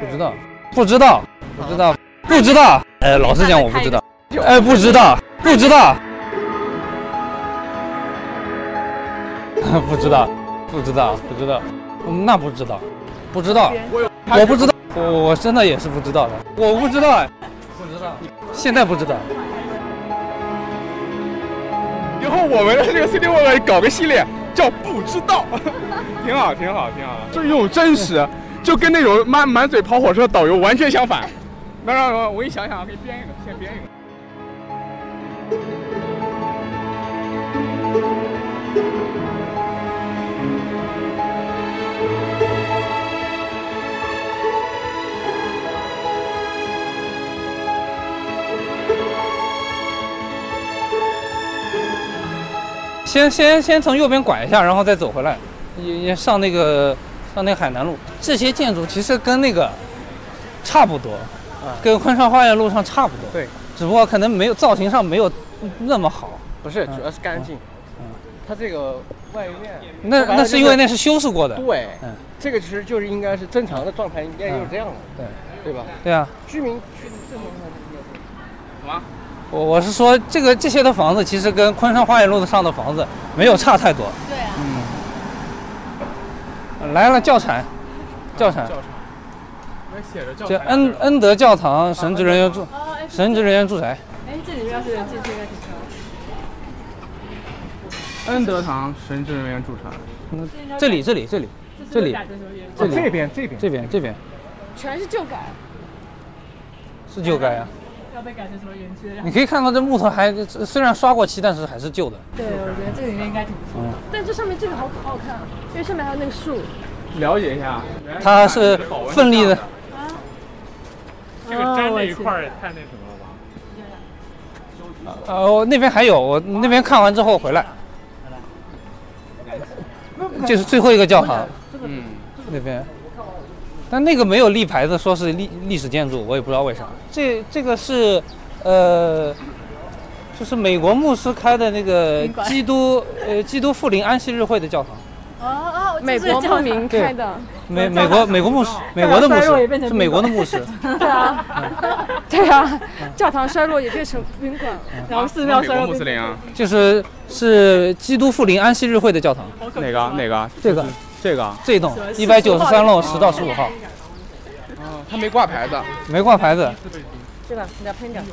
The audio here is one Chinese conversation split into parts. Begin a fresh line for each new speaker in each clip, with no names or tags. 不知道，不知道，不知道，不知道。呃，老实讲，我不知道。哎，不知道，不知道， 不知道，不知道，不知道。嗯那不知道，不知道，我不知道，我我真的也是不知道的，我不知道，哎，不知道，现在不知道。
以后我们的这个 City Walk 搞个系列叫“不知道”， 挺好，挺好，挺好的，就是一种真实，就跟那种满满嘴跑火车的导游完全相反。那让我我一想想，可以编一个，先编一个。
先先先从右边拐一下，然后再走回来，也也上那个上那个海南路。这些建筑其实跟那个差不多，跟昆山花园路上差不多。
啊对，
只不过可能没有造型上没有那么好。
不是，
嗯
主要是干净。
嗯
它这个外面，
那
说白了
那
就是
因为那是修饰过的。
对，
嗯
这个其实就是应该是正常的状态，应该就是这样的，
嗯对
对吧？
对啊，
居民区的正常状态应该是
我我是说这个这些的房子其实跟昆山花园路上的房子没有差太多。嗯
对啊，
来了教产，教产，
那写着叫
啊
这恩恩德教堂神职人员住
哦，哎，
神职人员住宅，
哎，这里面要是能进去应该挺漂亮。
恩德堂神职人员驻场。
这里这里这里这里这里
这边这边，
这边这边
哦全是旧改，
是旧改啊。
要被改成什么园区的？
你可以看到这木头还虽然刷过漆，但是还是旧的。
对，我觉得这里面应该挺不错。
嗯，
但这上面这个好好看，啊，因为上面还有那个树。
了解一下，
他是奋力的，
这个粘这一块儿，
呃，我那边还有，我那边看完之后回来。就是最后一个教堂，
嗯，
那边，但那个没有立牌子，说是历历史建筑，我也不知道为啥。这这个是，呃，就是美国牧师开的那个
宾馆
基督呃基督复临安息日会的教堂，
哦哦，
美国牧民
对
开 的，
美
教
美
堂
国美国牧师，美国的牧
教堂衰落也变
师
成
是美国的牧师，
对啊，对啊，教堂衰落也变成宾馆了。
然后寺庙
美
收
国
入
穆斯林啊，
就是是基督复临安息日会的教堂，
哪个哪个
这个
这个？
这一栋
什么
一百九十三楼
15
十到十五号，
他没挂牌子，
没挂牌子，
对吧？你再喷点。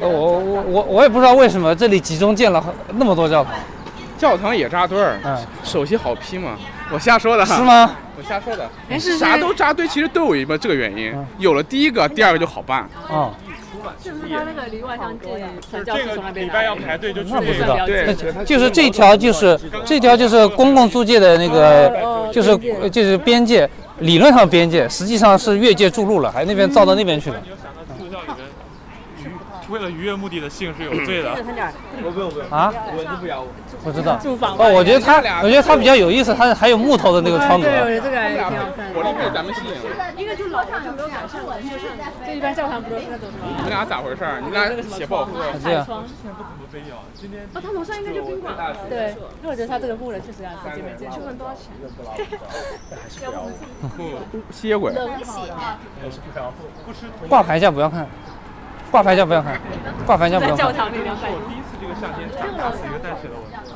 呃我我我我也不知道为什么这里集中建了很那么多教堂，
教堂也扎堆儿，
嗯，
首席好批嘛，我瞎说的，
是？吗？
我瞎说的，
哎，是
啥都扎堆，其实都有一个这个原因
嗯，
有了第一个，第二个就好办。
哦，
是不是他那个离万象
啊
界传教
这
士
个
从那边
礼
来
拜
的？
要排队就去
那不
那
知
个
道。
对，
就是这条就是这条就是公共租界的那
哦
个，就是呃就是边界，理论上边界，实际上是越界筑路了，还那边造到那边去了。
你就想到基督教里面，愉为了愉悦目的的性是有罪的。
啊？不知道。
住房
哦，我觉得它，我觉得它比较有意思，它还有木头的那个窗
啊
啊
对，我
格。
觉得这
哎
个还挺好看
火力被咱们吸引了。
的。就一般教堂不都是那种什么
你俩咋回事儿？你俩血不好喝。
这样
海窗？
哦，它楼上应该就宾馆了。
对，因为我觉得他这个雇人确实还是见面见面。
多少钱？
吸血鬼，
挂牌价不要看，挂牌价不要看，挂牌价不
在
要
教
看。
堂里两百
嗯
第一次这个夏天看打死一个淡水的蚊子。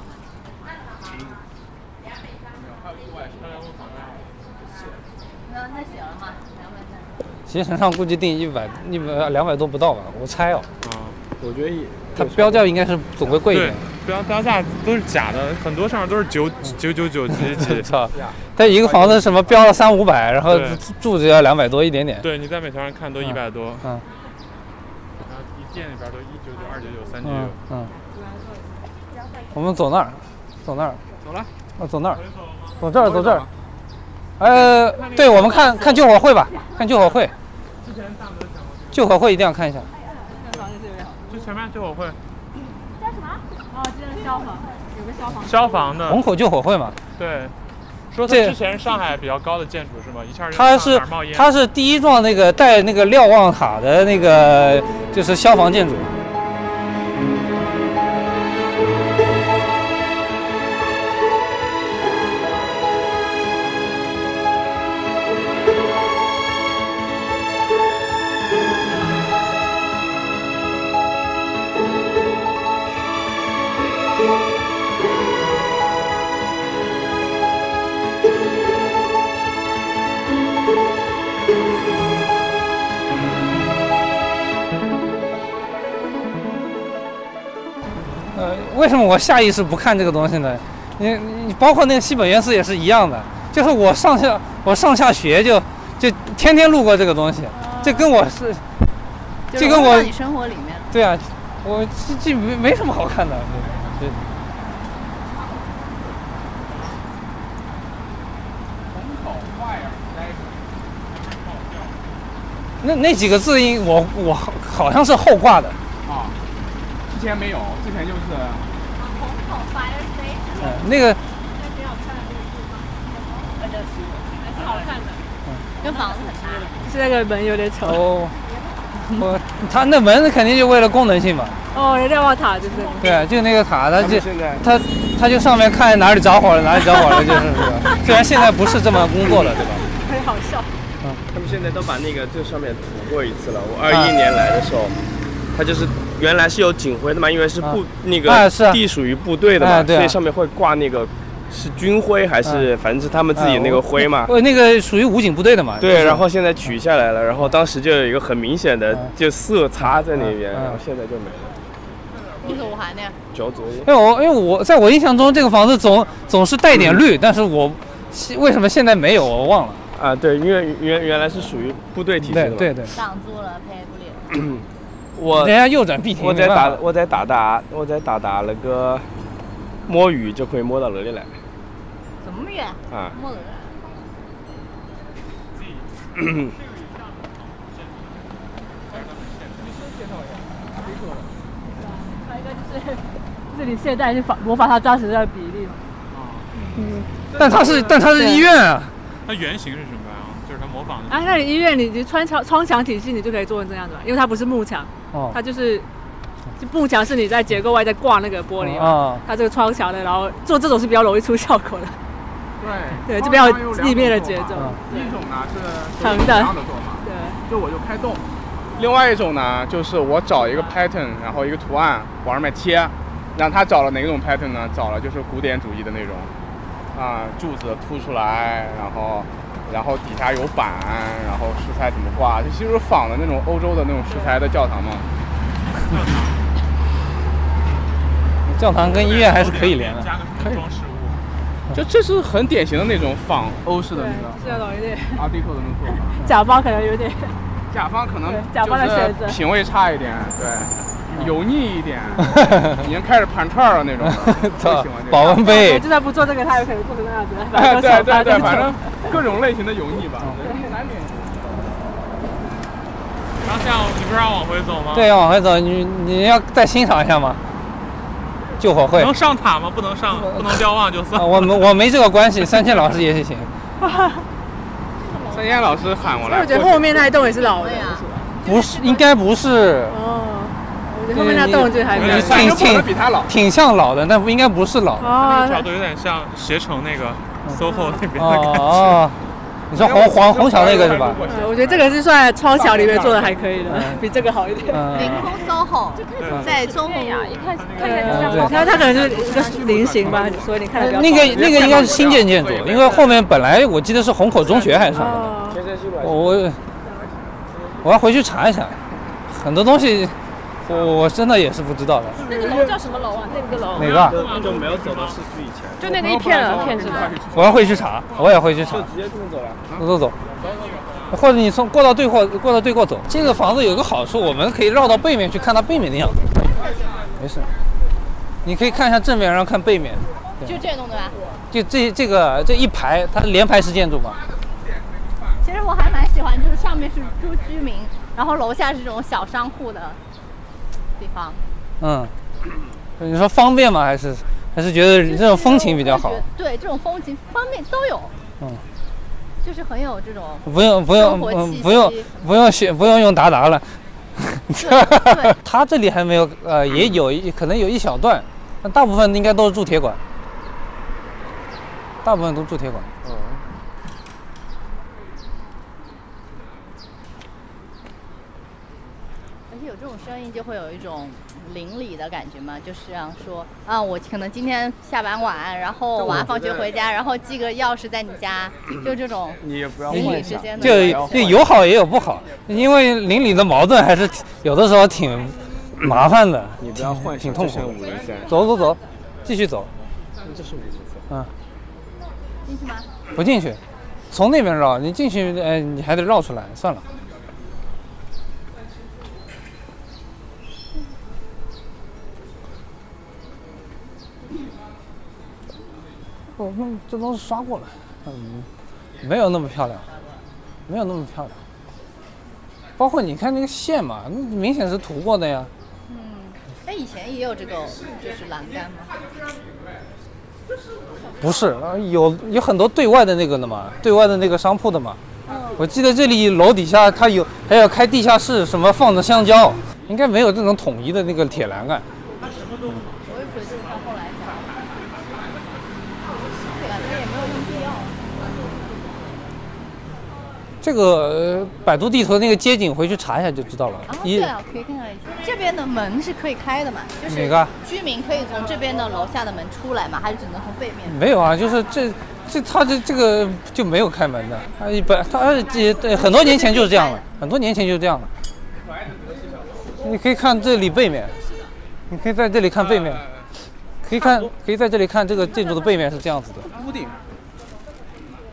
携程上估计定一百一百两百多不到吧，我猜哦。
啊，
我觉得也
它标价应该是总归贵一
对
点。，。
标标价都是假的，很多上面都是九九九九几 几
操，它一个房子什么标了三五百，然后
对
住住只要两百多一点点。
对，你在美团上看都一百多，
嗯。
然后一店里边都一九九、二九九、三九
嗯
九。
嗯，我们走那儿，走那儿，
走了，
啊，走那儿，走这儿，走这儿。呃，对，我们看看救火会吧，看救火会。救火会一定要看一下。
就前面就我会
哦，这是消防，有个消防。
消防的
哦虹，口救火会嘛，
对，说它
这
之前是上海比较高的建筑是吗？一下就
它
上
是
哪儿冒烟？
它是第一幢那个带那个瞭望塔的那个就是消防建筑。呃，为什么我下意识不看这个东西呢？你你包括那个西本愿寺也是一样的，就是我上下我上下学就就天天路过这个东西，这跟我是
就是
这个我
放你生活里面，
对啊，我这这没没什么好看的。这这那那几个字音，我我好好像是后挂的，
啊，之前没有，之前就是
嗯，那个
跟房子很搭。是那个门有点丑
哦，我他那门肯定就为了功能性嘛，
哦，人家望塔就是那个。
对啊，就那个塔，他
咱
就
们现在
他他就上面看哪里着火了，哪里着火了，就是这 个。虽然现在不是这么工作了，对吧？
很好笑。
他们现在都把那个这上面涂过一次了。我
啊
二一年来的时候，它就是原来是有警徽的嘛，因为是部、
啊
那
啊
个
是啊
地属于部队的嘛，
哎对啊啊
所以上面会挂那个是军徽还是、反正是他们自己那个徽 嘛。
呃，那个属于武警部队的嘛。就
对，
是
然后现在取下来了，然后当时就有一个很明显的
嗯
就色差在那边，
嗯嗯
然后现在就没了。
你怎么还呢？
九左一，
因为我因为我在我印象中这个房子总总是带点
嗯
绿，但是我现为什么现在没有我忘了。
啊，对，因为原原来是属于部队体系的
对
嘛。
对对，
挡住了，赔不了。
我
人家右转必停。
我
没
在
办法
打我在打打我在打打那个摸鱼就可以摸到楼里来
怎么远？
啊。
莫尔。这里现代就仿模仿他当时的比例嘛，
但他是但他是医院啊。
它原型是什么呀？就是它模仿的。
啊，那你医院你就穿墙窗墙体系，你就可以做成这样子嘛，因为它不是幕墙，
哦
它就是就幕墙是你在结构外在挂那个玻璃
哦
嘛，
啊，
它这个窗墙的，然后做这种是比较容易出效 果的，对，
对
就比较
哦通常有两种
里面的
做
节
法哦
奏
嗯，
对
一种呢是
横的
一样的做法，
对。
就我就开动；另外一种呢，就是我找一个 pattern，然后一个图案往上面贴。然后他找了哪种 pattern 呢？找了就是古典主义的那种，啊，柱子凸出来，然后然后底下有板，然后食材怎么挂，就其实仿的那种欧洲的那种食材的教堂嘛。
教堂跟医院还是可以连的。
加个什么装饰物。
就这是很典型的那种仿欧式的
对
那，个
是要容易点。
阿迪克的那种做法。
甲方可能有 点，
甲方可能
对甲方的嗯
就是
选择
品味差一点，对，油腻一点，已经开始盘串儿了那种了，不喜欢 这
保
个。
温
我
杯
就，算不做这个，他有可能做成那样子。
哎， 对对对，
反
反
正
正各种类型的油腻吧，难免。
然后这样你不是让往回走吗？
对，，要往回走，你你要再欣赏一下吗？救火 会
能上塔吗？不能上，不能瞭望就算
啊，
了。
我没我没这个关系，三千老师也许行。
三燕老师喊我来，
我觉得后面那一栋也是老的，
不是，应该不是，
哦，我觉得后面那栋就还
我
比
觉得
较
挺
反正我的比他老。
挺像老的，但不应该不 是老的。
那
哦
个条都有点像携程那个 SOHO 那边
哦
的感 觉。
哦，你说黄黄虹桥那个是吧？
嗯我觉得这个是算超小里面做的还可以的
嗯，
比这个好一点。
嗯，
凌空 SOHO，
对
在中红路，
呃
嗯对。
它它可能就是一个菱形吧，所以你看的比较
那个那个应该是新建建筑，因为后面本来我记得是虹口中学还是什么
哦，
天山新
的，
馆
我我我要回去查一查，很多东西我我真的也是不知道的。
那个楼叫什么楼啊？那个楼
哪个？
就就没有走到市区以前，
就那个一片了，片是吧？
我要回去查，我也会去查
就。直接这么走了。
走走走，或者你从过到对过过到对过走。这个房子有个好处，我们可以绕到背面去看它背面的样子。没事，你可以看一下正面，然后看背面。
就这栋对吧？
就这这个这一排，它连排式建筑嘛。
其实我还蛮喜欢，就是上面是住居民，然后楼下是这种小商户的地方。
嗯，你说方便吗？还是还是觉得这种风情比较好
就是我会觉得？对，这种风情方面都有，
嗯，
就是很有这种
不用不用嗯
生活气息。
不用不用学不用用达达了。
对对
他这里还没有，呃，也有一可能有一小段，但大部分应该都是铸铁管，大部分都是铸铁管。
而且有这种声音，就会有一种邻里的感觉嘛，就是想说，啊，我可能今天下班晚，然后我
但我
娃
觉
放学
得
回家，然后寄个钥匙在你家，就这种
你也不要
邻
幻
里
想
之。间的
就
关系。
就有好也有不好，因为邻里的矛盾还是挺有的时候挺麻烦的，
你不要
挺
幻
挺
想，
痛
这
苦
是
的。
五零三，
走走走，继续走，嗯
这是五零三。
进去吗？
不进去，从那边绕，你进去，哎，你还得绕出来，算了。哦，那这都是刷过了，嗯，没有那么漂亮，没有那么漂亮。包括你看那个线嘛，那明显是涂过的呀。
嗯，哎，以前也有这个，就是栏杆吗？
不是，呃有有很多对外的那个的嘛，对外的那个商铺的嘛。我记得这里楼底下它有，还有开地下室，什么放着香蕉，应该没有这种统一的那个铁栏杆。
我也不知道后来想，感觉也没有什么必要。
这个、呃百度地图那个街景回去查一下就知道了。
啊，
一
对啊，可以看看一下。这边的门是可以开的嘛？就是
哪个
居民可以从这边的楼下的门出来嘛？还是只能从背面？
没有啊，就是这这他这这个就没有开门的，他一般他这对很多年前就是这样了，很多年前就是这样了。你可以看这里背面，你可以在这里看背面，可以看可以在这里看这个建筑的背面是这样子的。
屋顶。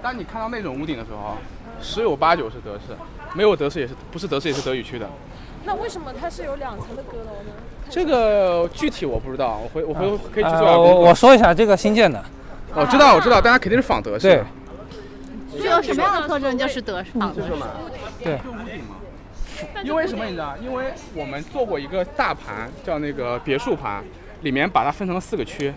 当你看到那种屋顶的时候，十有八九是德式，没有德式也是不是德式也是德语区的。
那为什么它是有两层的阁楼呢？
这个具体我不知道，我回我回头可以去
啊
做点
我
功
我
课。
说一下这个新建的，
呃我知道我知道，但它肯定是啊仿德式
对
的。
具有什么样的特征就是德式仿德式？
对，
因为什么你知道？因为我们做过一个大盘，叫那个别墅盘，里面把它分成了四个区，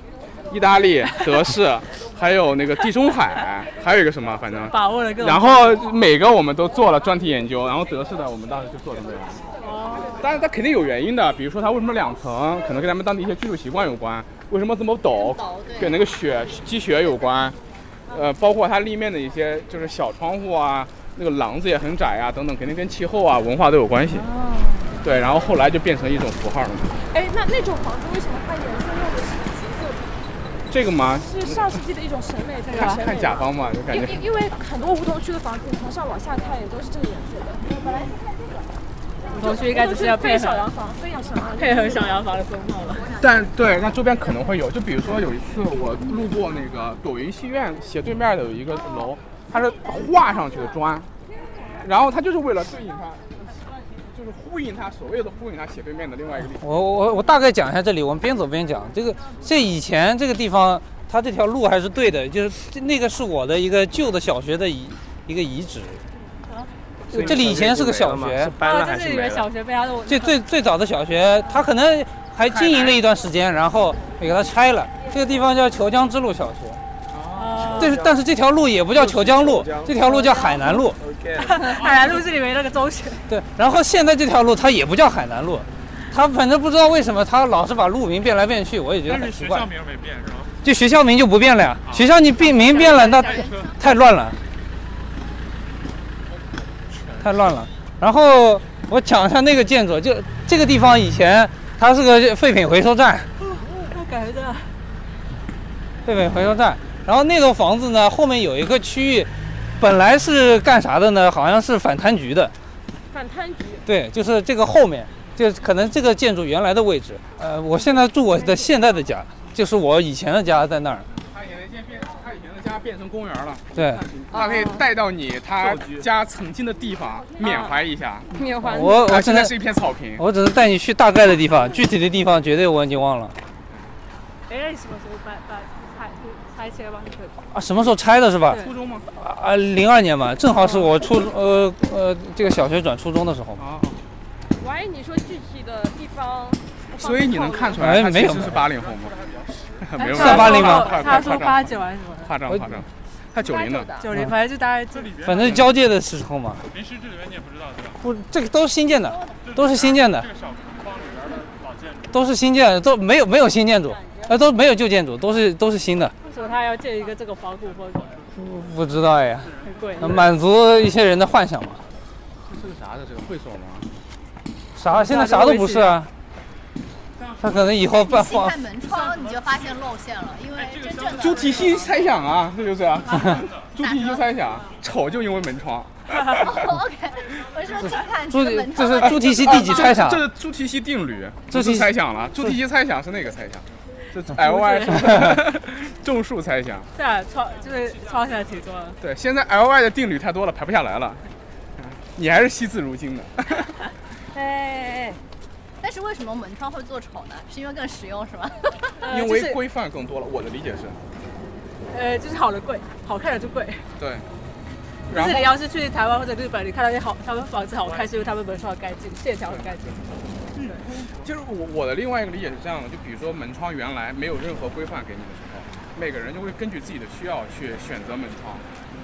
意大利、德式，还有那个地中海，还有一个什么，反正。
把握了各种。
然后每个我们都做了专题研究，然后德式的我们当时就做成这样。
哦
当然它肯定有原因的，比如说它为什么两层，可能跟他们当地一些居住习惯有关；为什么这么陡，跟那个雪积雪有关。呃，包括它立面的一些就是小窗户啊，那个廊子也很窄啊，等等，肯定跟气候啊、文化都有关系。对，然后后来就变成一种符号了。
哦哎，那那种房子为什么它颜色用的是
这个嘛，
橘色？是上世纪的一种审美，这
看看甲方嘛，就感
因
觉
因因为很多梧桐区的房子，你从上往下看也都是这个颜色的。
同学应该就是要配
非小
合
洋房，非小洋房。
配合上洋房的风貌吧。
但对，那周边可能会有，就比如说有一次我路过那个朵云戏院斜对面的有一个楼，它是画上去的砖，然后它就是为了对应它，就是呼应它所谓的呼应它斜对面的另外一个地方。
我我我大概讲一下这里，我们边走边讲。这个这以前这个地方，它这条路还是对的，就是这那个是我的一个旧的小学的遗一个遗址。就这里以前是个小
所以你
学
是，搬了
哦就
还
是
是
里
没
面
了？
小学被他的
这 最最早的小学，它可能还经营了一段时间，然后也给它拆了。这个地方叫虬江之路小学，
哦
但是但是这条路也不叫虬江路，这条路叫海南路。
OK，
海南路是里面那个中学，
对，然后现在这条路它也不叫海南路，它反正不知道为什么它老是把路名变来变去，我也觉得
但
很
是
奇
学
怪
校。名啊没变是吗？
就学校名就不变了呀，学校你变名变了，那太乱了，太乱了。然后我讲一下那个建筑，就这个地方以前它是个废品回收站，
我感觉真的
废品回收站。然后那栋房子呢，后面有一个区域，本来是干啥的呢？好像是反贪局的，
反贪局，
对，就是这个后面，就可能这个建筑原来的位置。呃，我现在住我的现在的家，就是我以前的家在那儿。
它以前变，它以前的家变成公园了，
对，
它可以带到你他家曾经的地方，缅怀一下。
缅怀
我
它
我哦
现
现
在
在
是一片草坪。
我只是带你去大概的地方，具体的地方绝对我已经忘了
哎，那你什么时候把把拆拆迁吗？
啊。什么时候拆的是吧？
初中吗？
啊，零二年嘛，正好是我初呃呃这个小学转初中的时候嘛。
啊，
我还以为你说具体的地方，
所以你能看出来
哎
他
没
其
有
实是八零后吗？没有，
算八零吗
快快嗯
他说
夸张
八九还是什么的？
夸张夸张。还九零的，
九零，反正就大概
这里边
反正交界的时候嘛，
没事，这里边你也不知道对吧？
不，这个都是新建的，都是新建的
这个小城邦里边的老建筑，
都是新建的，都没有没有新建筑，呃，都没有旧建筑，都是都是新的。
为什么他要建一个这个仿古风格？
不不知道呀，
很贵。
满足一些人的幻想嘛。
这是啥的？这个会所吗？
啥现在啥都不是啊，他可能以后办
你细
放哎
看门窗，你就发现露馅了，因为真正的
猪蹄心猜想啊，这就是啊，猪蹄心猜
啊
想，丑就因为门窗，
OK，我说去看
猪
这个 门
这
窗
是猪蹄西第几啊猜想
啊这？是猪蹄西定律，
猪
不
蹄
是
西
猜想了，猪蹄西猜想是那个猜想，这
啊
L Y 是种树猜想，
对啊，抄就是抄起来挺多的。
对，现在 L Y 的定律太多了，排不下来了，你还是惜字如金的，
哎，
但是为什么门窗会做丑呢？是因为更实用是吗？
因
呃就
为
是
规范更多了，我的理解是，
呃，就是好的贵，好看的就贵。
对，然
就是
后
你要是去台湾或者日本，你看到一些好，他们房子好看，是因为他们门窗很干净，线条很干净。
就是我我的另外一个理解是这样的，就比如说门窗原来没有任何规范给你的时候，每个人就会根据自己的需要去选择门窗。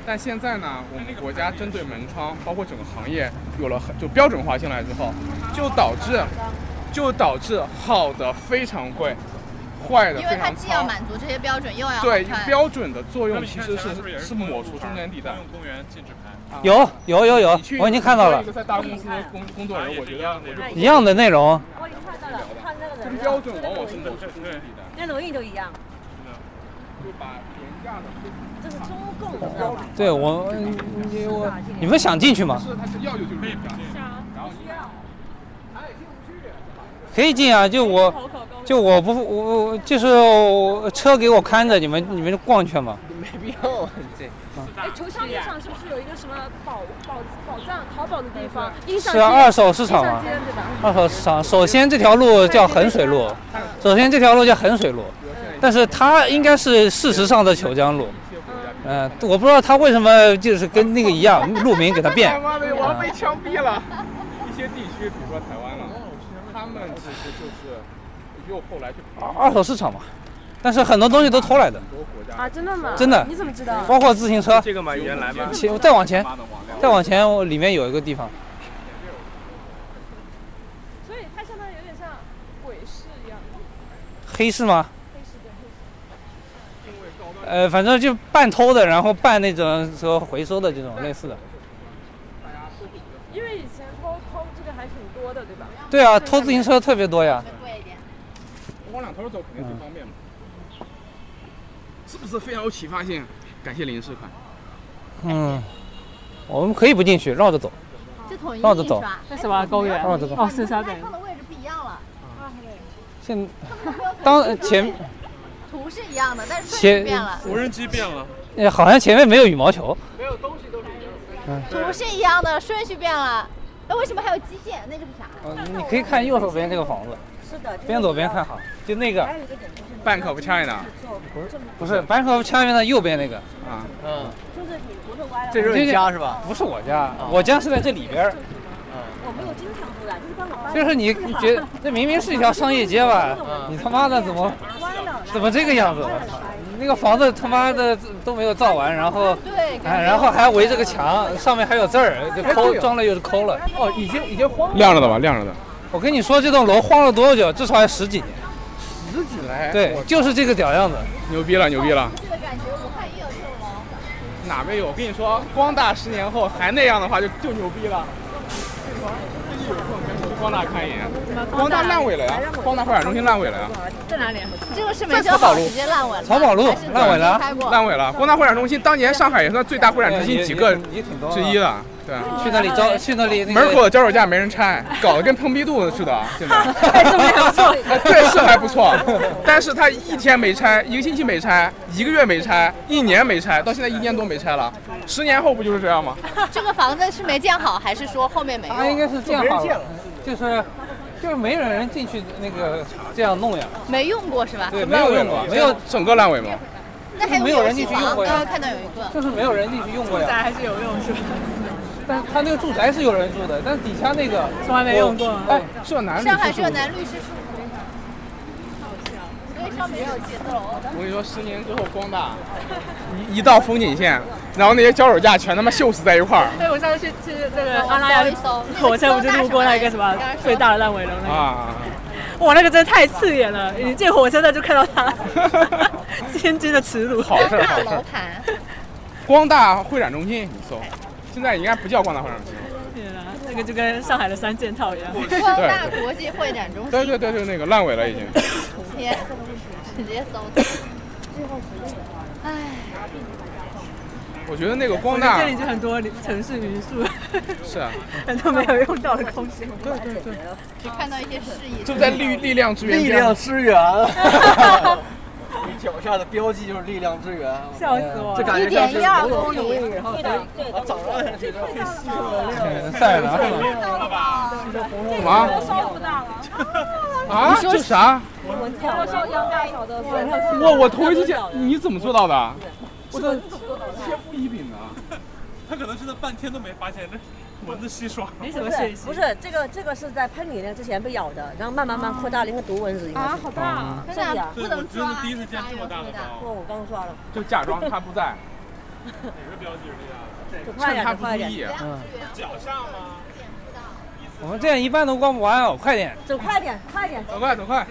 但现在呢，我们国家针对门窗，包括整个行业有了很就标准化进来之后，就导致就导致好的非常贵，坏的
因
非
为它
常
既要
糙。
满足这些标准，又要好
对
看。
标准的作
那
用
你
其
看
实
前面不
是
也
是
公
抹
路
除
牌
中间地带
公。用公园禁止拍，
有有有有
你去，
呃我已经看到了
一个在大公司工工作人，我觉得我就
一样的内容，
我已经看到了，看那个
这
人了，
标准往往是抹除中间地带，
连轮椅都一样，
就把廉价的。
这是中共，你知道吧？
对我嗯你我你们想进去吗？
是他是要有就
可以
是啊
不进。
然后你
可以进啊，就我就我不我我就是我车给我看着，你们你们逛去嘛。
没必要啊，你这
哎，橱窗边上是不是有一个什么宝宝宝藏、淘宝的地方？音像
是
街，
啊，二手市
音
场
像
嘛
街，对吧？
二手市场。首先这条路叫衡水路，首先这条路叫衡水路，但是它应该是事实上的九江路。嗯、我不知道它为什么就是跟那个一样，路名给它变
他。妈的，我要被枪毙 了！一些地区，比如说台湾了，他们其实就是又后来就
二手市场嘛，但是很多东西都偷来的，
很多国家
啊，真的吗？
真的
你怎么知道？
包括自行车。
这个嘛，原来嘛，
前再往前，
妈的往量
再往前，我里面有一个地方，
所以它相当于有点像鬼市一样，
黑市吗？
黑市对黑市。
呃，反正就半偷的，然后半那种说回收的这种类似的。
因为以前偷偷这个还挺多的，对吧？
对啊，偷自行车特别多呀。
贵一点。
往两头走肯定最方便嘛。是不是非常有启发性？感谢林世宽。
嗯，我们可以不进去，绕着走。
这统一
绕着走
印刷
那什么公园
绕着走
哦是沙北
放的位置不一样了，
现
他们没有统一
当
印刷
呃前
图是一样的，但是顺
前
序变了，
无人机变了，
呃好像前面没有羽毛球，
图是一样的，顺序变了。那为什么还有基建？那就是啥？
嗯，你可以看右手边这个房子，
是的，
边走边看。好，就那个
还有一个点就是
Bank of China
不是白河枪园的右边那个，
啊，
嗯，
就是你胡子歪了。
这是
这
你
个
家是吧？
不是我家，我家是在这里边儿。
我没有经常出来，就是当我发
就是你你觉得这明明是一条商业街吧，
嗯
你他妈的怎么
歪了，
怎么这个样子？我操！那个房子他妈的都没有造完，然后
对，感
哎，
觉
然后还围着个墙，上面还有字儿，就
哎
抠装了又是抠了。
哦，已经已经荒了
亮着的吧，亮着的。
我跟你说，这栋楼荒了多久？至少要十几年。
十几来，
对，就是这个屌样子。
牛逼了，牛逼了！
这个感觉，武汉也有这种楼。
哪没有？我跟你说，光大十年后还那样的话就，就牛逼了。最近有空跟我光大看一眼，光大烂尾了呀，光大发展中心烂尾了呀，
在哪里？
这个是没修好，直接烂尾了。
草宝路
还是
烂尾了
重新开过
烂尾了。光大发展中心当年上海也算最大发展中心几个
哎也挺多
之一。了，对。啊
去那里招，去那里那个
门口的脚手架没人拆，搞得跟碰壁度似的。现 在
这边还不错。
对，是还不错，但是他一天没拆，一个星期没拆，一个月没拆，一年没拆，到现在一年多没拆了。十年后不就是这样吗？
这个房子是没建好，还是说后面没
他应该
用？
是这样好了，就是就是没有人进去那个这样弄呀。
没用过是吧？
对，没有用过，没有
整个烂尾吗？
那还
没有
游
人
戏
进去
房
用过呀
刚刚看到有一个。
就是没有人进去用过
住宅
啊
呀。
还是有用是 吧？
但是他那个住宅是有人住的，但底下那个
哦
从来没用过。啊
哎，这男
上海浙南律师事务所。对那上面有写字楼。
我跟你说，十年之后光大，
一一道风景线，然后那些脚手架全他妈锈死在一块儿
对，我上次去去那个阿
我
拉
搜
亚
一搜，
火车，我就路过那个什么最大的烂尾楼那个，
啊！
哇，那个真的太刺眼了！你进火车站就看到它， 天津的耻辱。
好事儿，
大
好事
楼
儿。
盘，
光大会展中心，你搜，现在应该不叫光大会展中心。
天啊，那个就跟上海的三件套一样。
光大国际会展中
对
心，
对对对，那个烂尾了已经。
天，直接搜的。哎，
我觉得那个
我
光
觉得
大
这里就很多城市语速，
是啊，
很多没有用到的东西。
对对对，
只看到一些示意。
就在力力量之源
力
边啊
量
上。
之源。 你脚下的标记就是力量之源，
笑死我了
这感觉像是某种啊动力，然后
对的对的，
早上就觉得被吸收了力量。
在哪儿呢？
到了吧？
啊
收不到了，
啊！这啥？
我收央大小的，
我我头一次见，你怎么做到的？我的天赋异禀啊！
他可能真的半天都没发现这蚊子吸爽。
没什
不
么
是
信息
不。是这个这个是在喷你那之前被咬的，然后慢慢慢扩大了，应该毒蚊子应该是。
好大啊！
真
是
的
啊
对，
不
我
能
真的
抓，
第一次见这么大的
的。
哦
不，
包，
哦我刚抓了，
就假装他不在，
哪个标记是这
就快
趁
点
他
就
不
快
注
点，
意。
嗯，
样的？脚下吗？
我们这样一半都逛不完哦，快点。
走快点快点，
走快走快！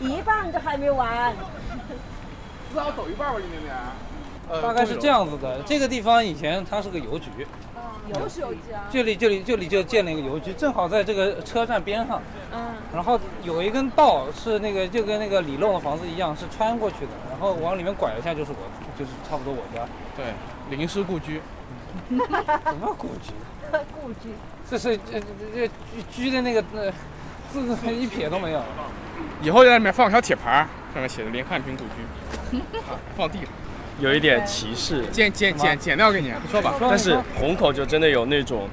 一半都还没完。
至少走一半吧，今天得。
大概是这。样子的，这个地方以前它是个邮局，
有是有机啊，
这里这里这里就建了一个邮局，正好在这个车站边上。嗯。然后有一根道是那个就跟那个里弄的房子一样，是穿过去的，然后往里面拐一下就是我，就是差不多我家。
对，临时故居。
什么故居？故居？
哦
这是呃这这这居居的那个呃字一撇都没有。
以后在那里面放条铁牌儿，上面写着林汉平故居， 啊放地上，
有一点歧视。
剪剪剪剪掉给你，你说吧。
说
但是虹口就真的有那种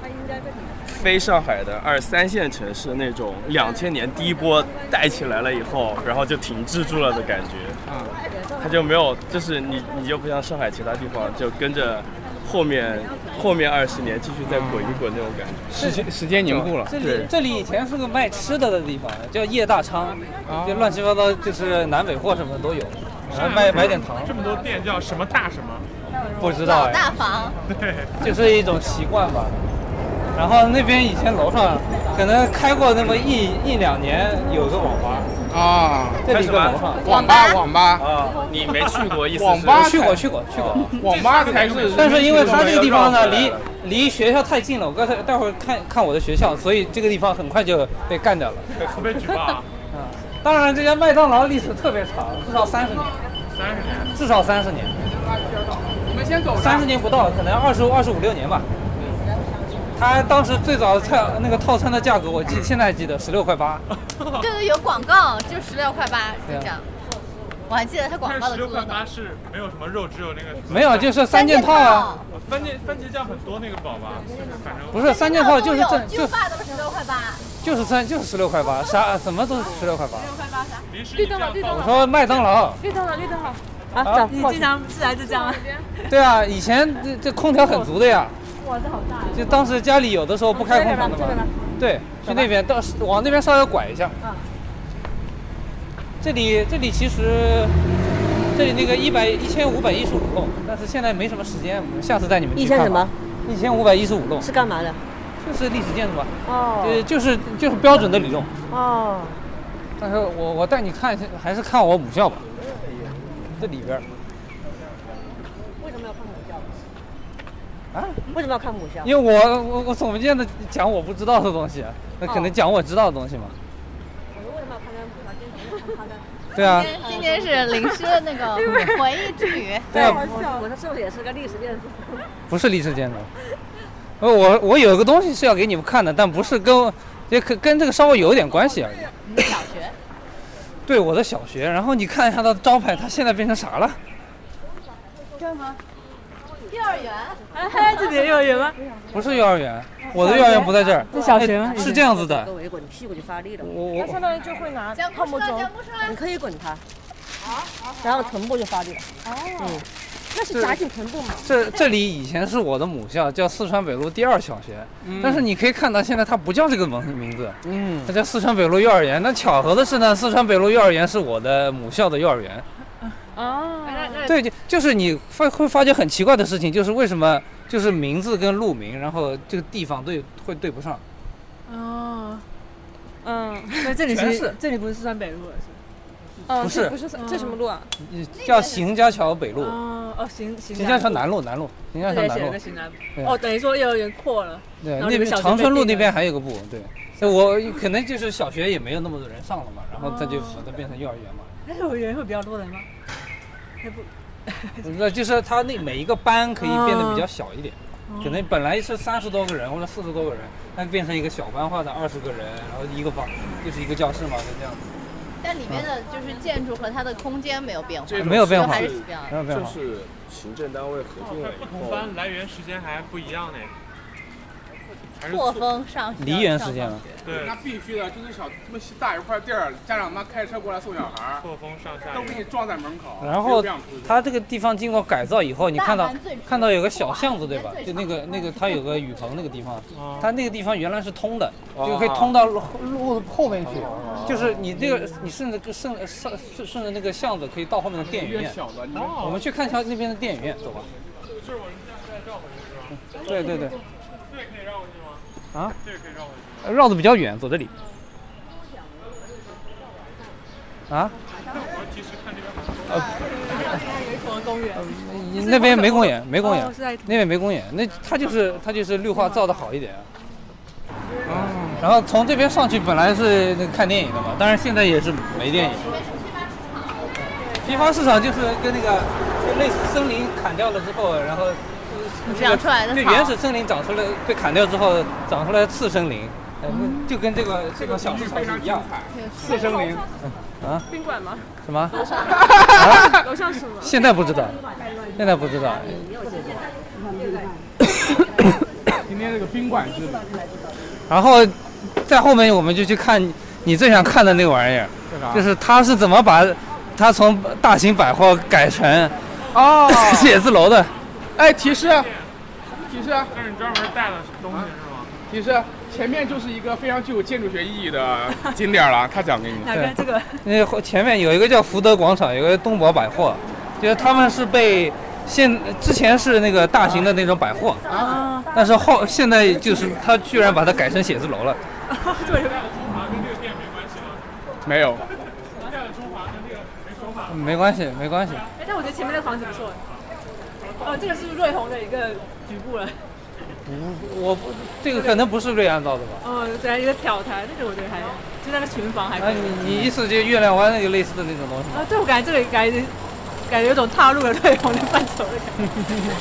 它应该被你
非上海的二三线城市那种两千年第一波带起来了以后，然后就停滞住了的感觉，
嗯
啊，
快点上
它就没有，就是你你就不像上海其他地方就跟着后面后面二十年继续再滚一滚那种感觉。
时间时间凝固了。
这
对
里这里以前是个卖吃的的地方，叫叶大昌，
啊
就乱七八糟，就是南北货什么都有，
啊
然后买买点糖，
这么多店叫什么大什么？
不知道
老
哎，
大房，
对，
就是一种习惯吧。然后那边以前楼上可能开过那么一一两年，有个网吧，
啊，
这里一个
开始
楼
吧
上，
网吧网吧
啊，你没去过， 意思是
网吧
去过去过去
哦
过，
网吧才是。
但是因为它这个地方呢，
绕回来
离
了
离学校太近了，我刚才待会儿看看我的学校，所以这个地方很快就被干掉了。
可被举报 啊，
啊，当然这家麦当劳历史特别长，至少三十年。
三十 年。
至少三十年。我们先走。三十年不到，可能二十二十五六年吧。他当时最早的菜那个套餐的价格，我记现在还记得十六块八。
对对，有广告，就十六块八，就
对啊
这样。我还记得他广
但
告
是
的
十六
歌
块
呢
八，是没有什么肉，只有那个什么
没有，就是三件套啊，
番茄番茄酱很多那个宝吧，就是反正
不是三件套就是这就
就霸都十六块八，
就是三就是十六块八，啥什么都是十六块八。
临时一
绿豆了绿豆
我
了
说麦当劳，
绿灯了，绿灯了，
啊，
啊
走
你
过
经
去。
常吃来自这样吗？
对啊，以前这这空调很足的呀。哇，这好大！就当时家里有的时候不开空调的嘛
嗯这边吧，嗯
对，去那边到往那边稍微拐一下。这里这里其实，这里那个一百一千五百一十五栋，但是现在没什么时间，我们下次带你们去
一千
看
什么？
一千五百一十五栋，
是干嘛的？
就是历史建筑嘛，呃，
哦
就是就是标准的理论。
哦，
但是我我带你看一下，还是看我母校吧，这里边儿
为什么要看母校？
啊，
为什么要看母校？
因为我我我总监的讲我不知道的东西，那可能讲我知道的东西嘛。
我说为什么要看他母校？就是看他的。
哦
对啊，
今天是灵师的那 个回忆之旅。
哎
对啊，
我我说是不是也是个历史建筑？
不是历史建筑。呃，我我有个东西是要给你们看的，但不是跟我也可跟这个稍微有一点关系而已。
你们小学，
对，我的小学。然后你看一下它的招牌，它现在变成啥了？
幼儿园，
哎，这里也有人吗？
不是幼儿园，我的幼儿园不在这儿。
是小学吗
哎是这样子的
给，我一滚，屁股就发力了。
嗯
我我我
当于就会拿
讲
啊
故事了，讲故事了。
哦
你可以滚它，然后臀部就发力了。那是夹紧臀部嘛。
这这里以前是我的母校，叫四川北路第二小学，但是你可以看到现在它不叫这个名名字，
嗯，
它叫四川北路幼儿园。那巧合的是呢，四川北路幼儿园是我的母校的幼儿园。
哦，
对，就就是你发会发觉很奇怪的事情，就是为什么就是名字跟路名，然后这个地方对会对不上。
哦，
嗯，
那这里
全
是
是
这里不是四川北路了，是吧
哦，
不
这
是
不是这什么路啊？
叫邢家桥北路、
哦哦，行行，
邢家桥南路、南路、邢家桥
对，对
南
写了
路
个，行南
对
哦，等于说幼儿园扩了，
对，
然后
那
你
边
们小学
长春路
被
那
定
边
了
还有个部，对，那我可能就是小学也没有那么多人上了嘛，然后它就把它变成幼儿园嘛。
那幼儿园会比较多人吗？那不，
那就是它那每一个班可以变得比较小一点，
哦
可能本来是三十多个人或者四十多个人，那变成一个小班化的二十个人，然后一个房就是一个教室嘛，就这样子，
但里面的就是建筑和它的空间没有变化，
这种
没有变
就
化
还，是这样
没有变
就
化。
是行政单位合并了以
同
后，
班来源时间还不一样呢，还是
错峰上学
梨园时间
上
了
放学
对
那必须的，就那小这么大一块地儿，家长妈开车过来送小孩儿，
错峰上下
都给你撞在门口，
然后
就这样出去
它这个地方经过改造以后，你看到
大阪最
看到有个小巷子对吧
大阪？最
就那个那个它有个雨棚那个地方，
哦
它那个地方原来是通的，
哦
就可以通到路路后面去。就是你这个你顺着个顺顺顺顺着那个巷子可以到后面的电影
越
院。
小的，你
我们去看一下那边的电影院，走吧。
就是我们这样可以绕回去是吧？
对对对，
这个可以绕回去吗？
啊，
这个可以绕回去
绕的比较远，走这里。啊，
吗？我其实看这边好像
你呃那边没公园，没公园
哦，是在
那边没公园，那它就是它就是绿化造的好一点啊。然后从这边上去本来是那个看电影的嘛，当然现在也是没电影。批发市场就是跟那个就类似森林砍掉了之后，然后呃
长出来的
对
草
原始森林长出来被砍掉之后长出来的次生林，呃就跟这个这个小市场是一样的
四声林，
啊？
宾馆吗？
什么？
楼上是什么？
现在不知道，现在不知道。
今天这个宾馆是
然后在后面我们就去看你最想看的那个玩意儿，
这啥
就是他是怎么把他从大型百货改成
哦
写字楼的。
哎，提示，提示，
但是你专门带了东西是吗？
提示，前面就是一个非常具有建筑学意 义的景点了，他讲给你。
哪个这个？
那后前面有一个叫福德广场，有一个东宝百货，就是他们是被现之前是那个大型的那种百货，
啊，
但是后现在就是他居然把它改成写字楼了。
对，
啊，跟这个店没关系吗？
没有，
带了中华跟这个没说话。
没关系，没关系。
哎，但我觉得前面那个房子不错。哦，这个是瑞虹的一个局部了。
我不，这个可能不是瑞安造的吧？
哦，对，一个挑台，那个我觉得还，就那个群房还可
啊，
以。
你你意思就是月亮湾那个类似的那种东西吗？
啊，对，我感觉这里感觉感觉有种踏入了瑞虹的范畴的感觉。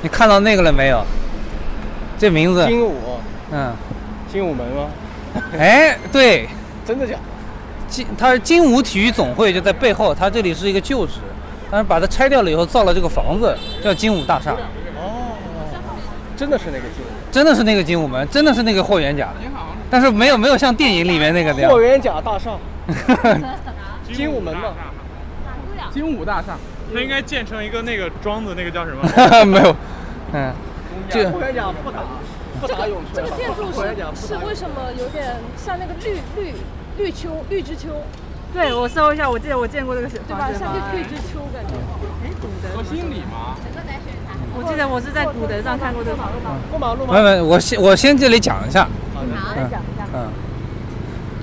你看到那个了没有？这名字，
精武，
嗯，
精武门吗？
哎，对，
真的假的？
金，它是金武体育总会就在背后，它这里是一个旧址，但是把它拆掉了以后，造了这个房子，叫金武大厦，
真的是那个精武。
真的是那个金武门，真的是那个霍元甲，但是没有没有像电影里面那个那样
霍，元甲大厦，
精
精武门嘛
大厦
金武大厦，
它应该建成一个那个庄子，那个叫什么？
没有，嗯，这
霍元甲不打，不打咏
这
春
个建筑
霍元甲不
是是
打咏
为什么有点像那个绿绿绿秋绿之秋，
对，我搜一下，我记得我见过这个
对
房
啊
吧？
子
像
吗？
绿绿之秋感觉。
嗯
核心里嘛。
我记得我是在古德上看过这个房子。
春过马路吗？
没有没有，我先我先这里讲一下，
好的
嗯嗯，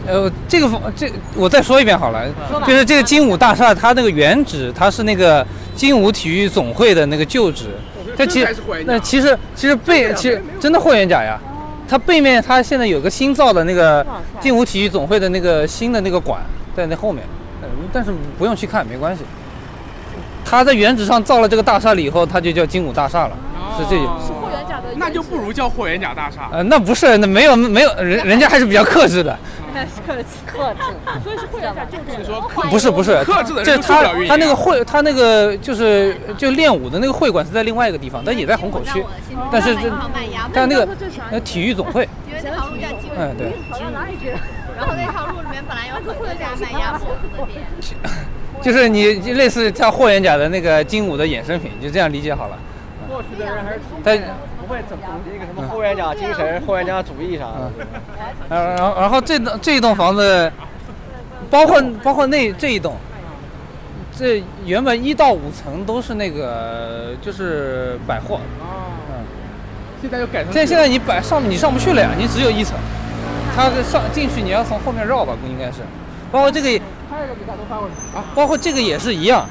嗯呃，这个这我再说一遍好了，就是这个金武大厦，它那个原址，它是那个金武体育总会的那个旧址。它其
还是霍元甲
那其实其实背其实真的霍元甲呀，它背面它现在有个哦新造的那个金武体育总会的那个新的那个馆在那后面，呃但是不用去看没关系。它在原址上造了这个大厦了以后，它就叫金武大厦了，是这种。
霍元甲的
哦那就不如叫霍元甲大厦。
呃，那不是，那没有没有人人家还是比较克制的，
克制，
所以是霍元甲旧址。
说
不是不是，
克制的
哦这
人
是
就受
他
不了运营啊
他那个会，他那个就是就练武的那个会馆是在另外一个地方，但也在虹口区，但是这但那个呃体育总会，
因为那条路叫金
嗯对，
跑到哪里去了？
然后那条路里面本来有很多家卖鸭脖子的店，
就是你就类似像霍元甲的那个精武的衍生品，就这样理解好了。
过去的人还是挺
但
不会总总结一个什么后院长精神、后院长主义啥的。
呃然后然后这栋这一栋房子，包括包括那这一栋，这原本一到五层都是那个就是百货，嗯
现在就改成
现在现在你摆上你上不去了呀，你只有一层，它的上进去你要从后面绕吧，不应该是，包括这个，啊，包括这个也是一样，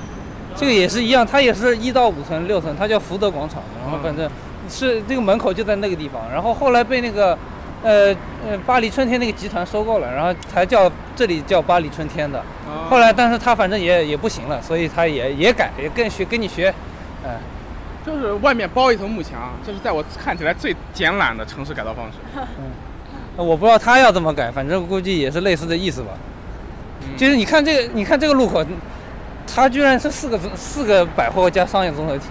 这个也是一样，它也是一到五层六层，它叫福德广场，然后反正是这个门口就在那个地方，然后后来被那个，呃呃巴黎春天那个集团收购了，然后才叫这里叫巴黎春天的，后来但是它反正也也不行了，所以它也也改，也跟学跟你学，嗯、
就是外面包一层幕墙，啊这是在我看起来最简懒的城市改造方式。
呃我不知道他要怎么改，反正估计也是类似的意思吧。就是你看这个，你看这个路口，它居然是四个四个百货加商业综合体，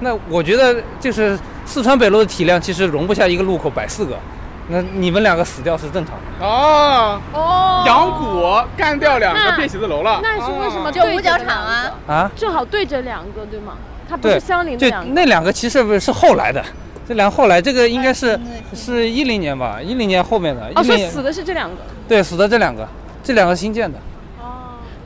那我觉得就是四川北路的体量其实容不下一个路口摆四个，那你们两个死掉是正常的。
哦，
哦
阳谷干掉两个
那
便写字楼了。
那是为什
哦
么？
就五角场啊，，
啊，
正好对着两个，对吗？它不
对，
是相邻的
这
两个。
那两个其实不是是后来的，这两个后来这个应该是是一零年吧，一零年后面的，
哦，
一零
所以
年
死的是这两个。
对死的这两个，这两个新建的。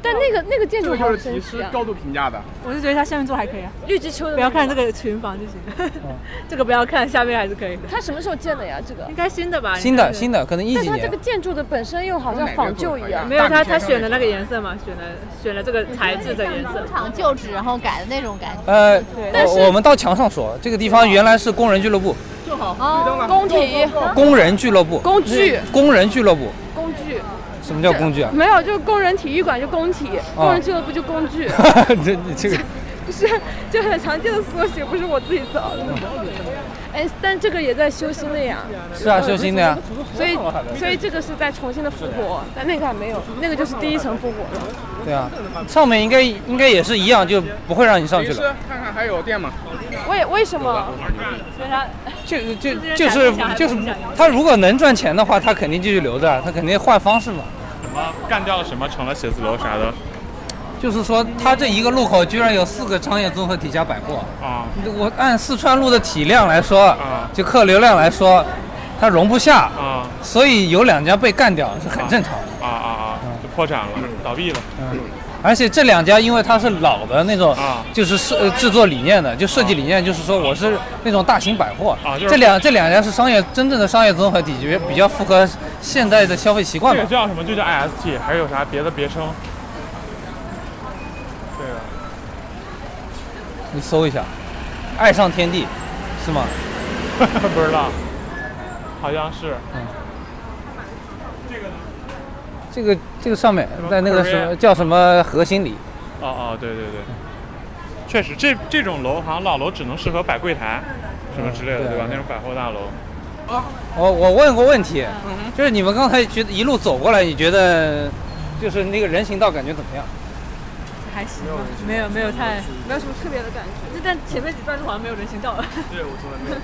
但那个哦那个建
这
筑
个
好
就是
神
提
奇
师
啊！
高度评价的，
我是觉得它下面做还可以啊，
绿之丘的。
不要看这。个群房就行，
哦
这个不要看，下面还是可以的。
它什么时候建的呀？这个
应？该新的吧？
新的新的，可能一
啊但
几
它这
年
个。建筑的本身又好像仿旧一样
没。有他他选的那个颜色嘛，选了选了这个材质的颜色
工。厂旧址然后改的那种感觉。
呃，
但是
我我们到墙上说，这个地方原来是工人俱乐部，
哦，工体、
工人俱乐部，
工具、
工人俱乐部，
工具，
什么叫工 具啊？
没有，就是工人体育馆就工体，
哦
工人俱乐部就工具，
这你这个
不是就很常见的缩写，不是我自己造的。哎，但这个也在修新的呀，
是啊，修新的呀。
所以所以这个是在重新的复活，但那个还没有，那个就是第一层复活了。
对啊，上面应该应该也是一样，就不会让你上去
提
了。
示看看还有店吗？
为为什么？
就就就是就是，他如果能赚钱的话，他肯定继续留着，他肯定换方式嘛。
什么干掉了什么成了写字楼啥的
就是说，他这一个路口居然有四个商业综合体加百货，
啊
我按四川路的体量来说
啊，
就客流量来说，它容不下。
啊
所以有两家被干掉是很正常的。
啊啊啊！就破产了，倒闭了。
而且这两家因为它是老的那种
嗯啊，
就是设呃制作理念的，就设计理念就是说我是那种大型百货
啊就是嗯
这两这两家是商业真正的商业综合体，就比较符合现代的消费习惯
这
吧
个。叫什么？就叫 IST，还是有啥别的别称？对啊，
你搜一下，爱上天地，是吗？
不知道，好像是
这个这个上面
什么
在那个什么
Korea
叫什么核心里，
哦哦，对对对，确实，这这种楼好像老楼只能适合摆柜台，什么之类
嗯
的，对吧？
对
那种百货大楼，
我我问过问题，
嗯
就是你们刚才觉得一路走过来，你觉得就是那个人行道感觉怎么样？
还行吧，没有没有太，
没有什么特别的感觉。
就但前面几段路好像没有人行道。 对，我从来没有。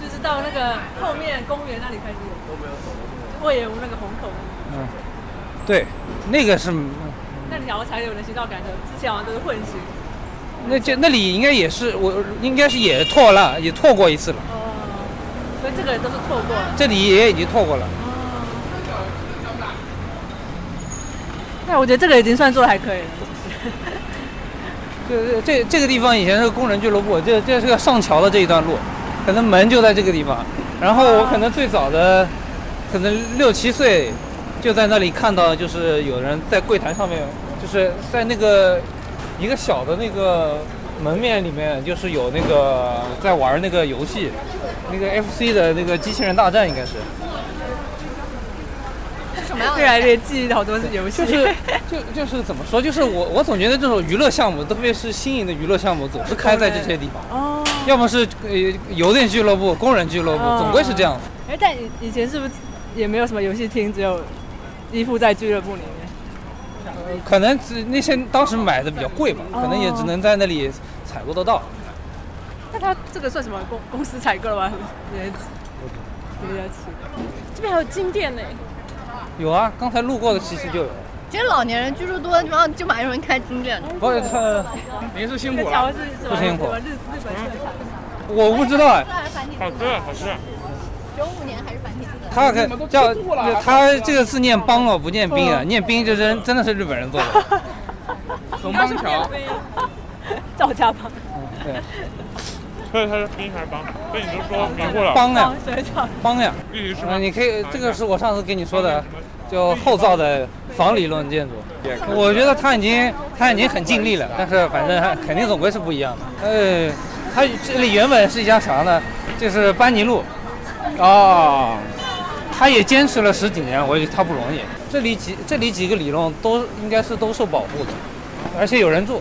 就是到那个后面公园那里开始有。我没有走过。魏延屋那个虹口，
对，那个是
那里好像才有人行道感觉，之前好像都是混行。
那这那里应该也是我应该是也拓了，也拓过一次了，
哦。所以这个都是错过了。
这里也已经拓过了。
那我觉得这个已经算做的还可以了。
这这这个地方以前是工人俱乐部，这这是个上桥的这一段路，可能门就在这个地方。然后我可能最早的，可能六七岁，就在那里看到，就是有人在柜台上面，就是在那个一个小的那个门面里面，就是有那个在玩那个游戏，那个 FC 的那个机器人大战应该是，
什么样的
越来
啊
越记忆好多游戏，
就是 就就是怎么说，就是我我总觉得这种娱乐项目，特别是新颖的娱乐项目，总是开在这些地方，
哦。
要么是呃邮电俱乐部、工人俱乐部，总归是这样。
哎，但以以前是不是也没有什么游戏厅，只有依附在俱乐部里面？
可能只那些当时买的比较贵吧，可能也只能在那里采购得到。
那他这个算什么公公司采购了吧？也比较奇怪。
这边还有金店呢，
有啊，刚才路过的其实就有。
其实老年人居住多的地方就蛮容易开金店的。
不是他，
您是辛
这
苦
条
了，
是什
不
么
辛
什
苦
么日日本特产？
我不知道哎，
还是繁体
好
字
吃
的？
好吃，
九五年还是繁体字的？
他可叫他这个字念邦哦，不念兵啊，
嗯
念兵这真真的是日本人做 的。
横帮桥。
赵家浜，
对，
所以它是冰还是帮？被你都说迷糊了。
邦呀
帮，水饺，
邦啊呀，
必须是
啊，
吗？
嗯你可以，这个是我上次跟你说的啊
什，么
就后造的房理论建筑。我觉得他已经他已经很尽力了，但是反正还肯定总归是不一样的。呃，他这里原本是一家啥呢？就是班尼路，
哦，
他也坚持了十几年，我觉得他不容易。这里几这里几个里弄都应该是都受保护的，而且有人住，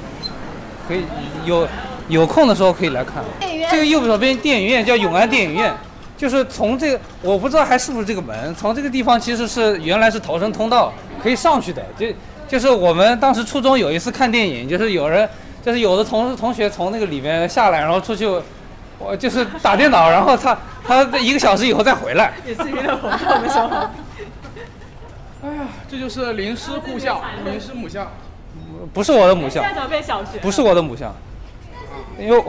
可以有有空的时候可以来看。
电 影
这个
院
右手边电影院叫永安电影院，就是从这个我不知道还是不是这个门，从这个地方其实是原来是逃生通道，可以上去的。就就是我们当时初中有一次看电影，就是有人就是有的同同学从那个里面下来，然后出去，我就是打电脑，然后他他一个小时以后再回来。
也是娱乐活动的时候。
这就是林师故校，林师母校。
不是我的母校
现，在怎么变小学？
不是我的母校，因为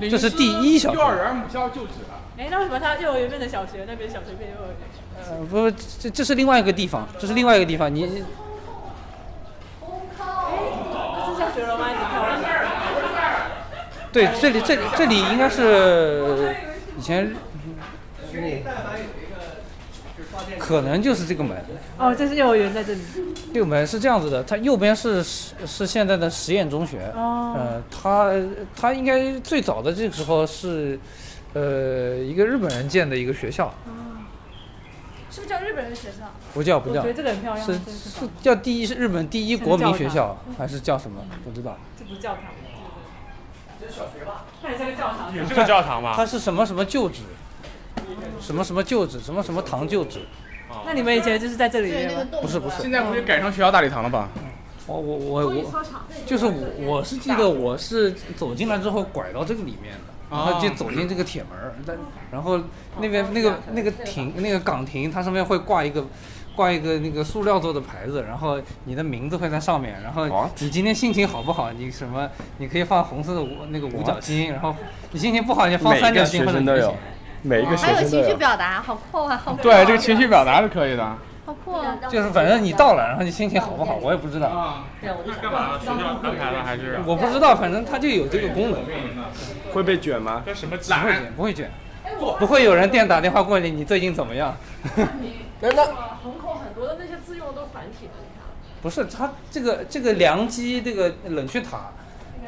林
这是第一小
幼儿园母校就址了。
哎，那为什么他幼儿园变成小学，那边小学变幼儿园？
呃不这这是另外一个地方，这是另外一个地方，你
这是小学了吗？你看，
对这里这里这里应该是以前。可能就是这个门，
哦，这是幼儿园在这里。
这个门是这样子的，它右边是是是现在的实验中学，
哦，
呃，它它应该最早的这个时候是，呃，一个日本人建的一个学校，
是不是叫日本人学校？
不叫不
我
叫
觉，得这个很漂亮。
是
这是
是叫第一是日本第一国民学校还是叫什么？不知道，
这不是教堂，这是小学吧？看一下个教堂。
也是个教堂吧
它？是什么什么旧址，什么什么旧址，什么什么堂旧址？
那你们以前就是在这里
对
面
那个
吗？
洞
不是不是
现，在不是改成学校大礼堂了吧？
哦我我我我，就是我我是记得我是走进来之后拐到这个里面的。然后
哦
就走进这个铁门儿，但然后那边那个那个亭那个岗亭，它上面会挂一个挂一个那个塑料做的牌子，然后你的名字会在上面，然后
哦
你今天心情好不好？你什么你可以放红色的五那个五角星，然后你心情不好你就放
每
三
一
角
个
星
学
或者
生都
菱
有
形，
每一个学
还有
生都
情绪
有。
表达，好酷啊，好酷啊
对，这个情绪表达是可以的。
好酷啊！
就是反正你到了，然后你心情好不好，我也不知道，
啊，
干嘛？学校安排的还是？
我不知道，反正它就有这个功能，
会被卷吗？
这什么
不会卷，不会卷，不会有人店打电话过来，你最近怎么样？
虹口很多的那些字用的都是繁体的，你看。
不是，它这个这个良机这个冷却塔，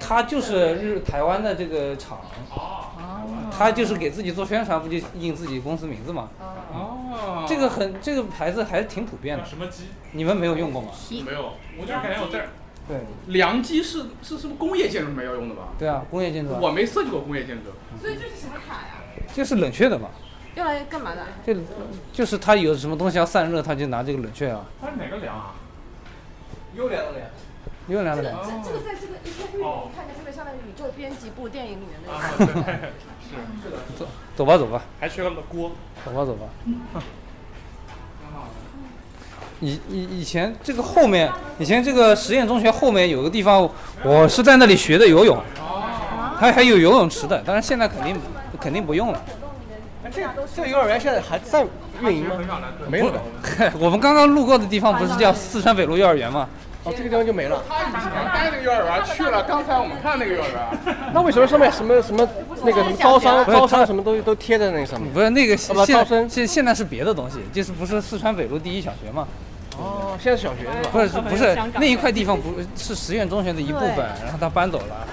它就是日台湾的这个厂，
哦
嗯
它就是给自己做宣传，不就印自己公司名字嘛？
哦
这个很这个牌子还是挺普遍的，
嗯
什么鸡？
你们没有用过吗？
没有，我就是感觉我这儿
对
良机是是是不是工业建筑里面要用的吧？
对啊，工业建筑啊
我没设计过工业建筑，
就是冷却的嘛，
用来干嘛的？
就就是它有什么东西要散热，它就拿这个冷却啊，
它是哪个梁啊？
优良的呀，
又来了。
这这个在这个一片玉
哦
里看着特别像那个宇宙编辑部电影里面
啊
那，个。
对，是，
走吧，走吧，
还缺个锅。
走吧，走吧。以以以前这个后面，以前这个实验中学后面有个地方，我是在那里学的游泳，它还有游泳池的，但是现在肯定肯定不用了。
这这个幼儿园现在还在运营吗？没有了。
我们刚刚路过的地方不是叫四川北路幼儿园吗？
哦，这个地方就没了。
他以前啊待那个幼儿园去了，刚才我们看那个幼儿园，
那为什么上面什么什么那个什么招商
不是
招商
他
什么都都贴在那个上面？
不是那个
啊不
现
招生
现现在是别的东西，就是不是四川北路第一小学嘛？
哦，现在是小学是吧？
不是不是那一块地方不是实验中学的一部分，然后他搬走了。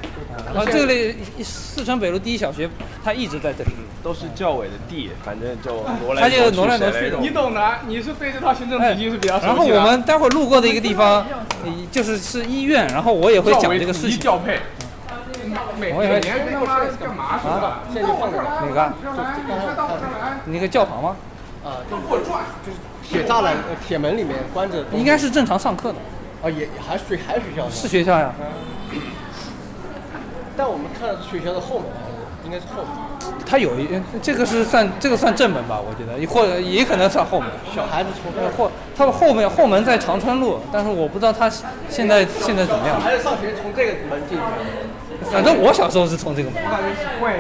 然
嗯
后这类四川北路第一小学，它一直在这里。
都是教委的地，反正就挪
啊他
来
就挪来
去，
挪去
谁来
的
你懂的，你是对这套行政体系是比较熟悉
哎
的。啊
然后我们待会儿路过的一个地方，呃就是是医院，然后我也会
教
讲
委
这个
统
事
一
情。
调配，每
我以啊为
每年他妈干嘛是吧？
现在就放这儿
哪个？
这来，你快到我这儿来，
你那个教堂吗？
啊，就
都给我转。
铁栅栏、呃铁门里面关着东西，
应该是正常上课的，
啊，也也还是学还是学校的，
是学校呀。
但我们看的是学校的后面，应该是后面，
它有一呃这个是算这个算正门吧，我觉得，或者也可能算后门。
小孩子从
呃或它后面后门在长春路，但是我不知道它现在现在怎么样。
孩子上学从这个门进去，
反正我小时候是从这个门，
我感觉是怪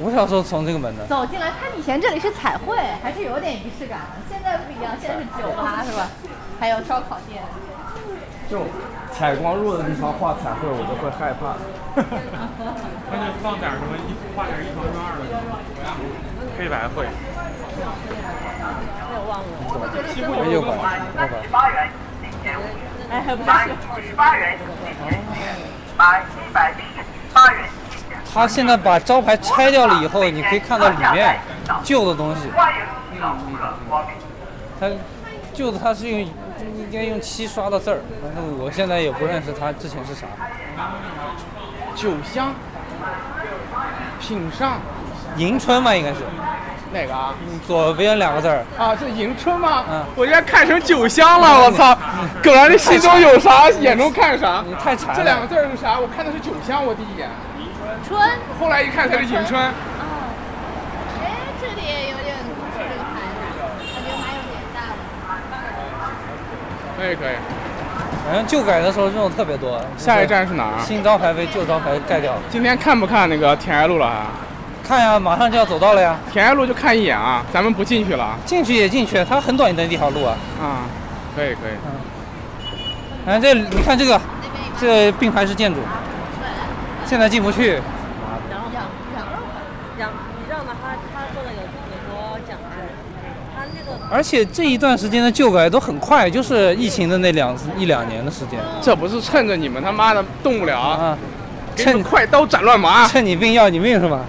我小时候从这个门的。
走进来，看以前这里是彩绘，还是有点仪式感的。啊现在不一样，现在是酒吧是吧？还有烧烤店。
这种采光弱的地方画彩绘，我都会害怕。
那就放点什么一画点一方面二的，黑白绘。
没有管，没有管。
哎，还不大学。
他现在把招牌拆掉了以后，你可以看到里面旧的东西。他旧的他是用应该用漆刷的字儿，但是我现在也不认识他之前是啥。
酒香，品上
迎春嘛，应该是
哪个啊？
左边两个字儿。
啊，这迎春吗？
嗯
我现在看成酒香了，我操！葛兰这心中有啥，眼中看啥
你。太馋了。
这两个字儿是啥？我看的是酒香，我第一眼，
春，
后来一看才是迎春。
哎，这里也有点这个牌子，感觉蛮有年代的。
可以可以。
反正旧改的时候这种特别多。
下一站是哪儿？
新招牌被旧招牌盖掉了。
今天看不看那个田爱路了啊？
看呀，马上就要走到了呀，
田爱路就看一眼啊，咱们不进去了啊。
进去也进去，它很短的一条路啊。
啊，可以可以。
反正哎这你看这个，这并排式建筑，现在进不去。
让你让的他他做的有有多讲究，他那个
而且这一段时间的旧改都很快，就是疫情的那两一两年的时间
这不是趁着你们他妈的动不了，
啊，
给你
趁
们快刀斩乱麻。
趁你病要你命是吧？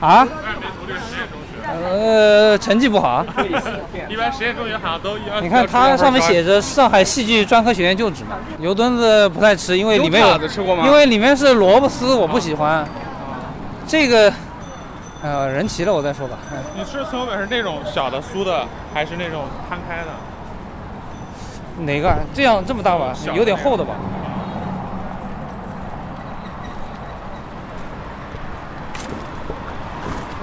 啊？呃，成绩不好啊。
一般实验中学好像都要。
你看它上面写着上海戏剧专科学院旧址嘛，油墩子不太吃，因为里面
油塔子吃过吗啊
有，因为里面是萝卜丝，我不喜欢。这个，呃，人齐了我再说吧。嗯
你是从本是那种小的酥的，还是那种摊开的？
哪个？这样这么大吧
小，的
有点厚的吧？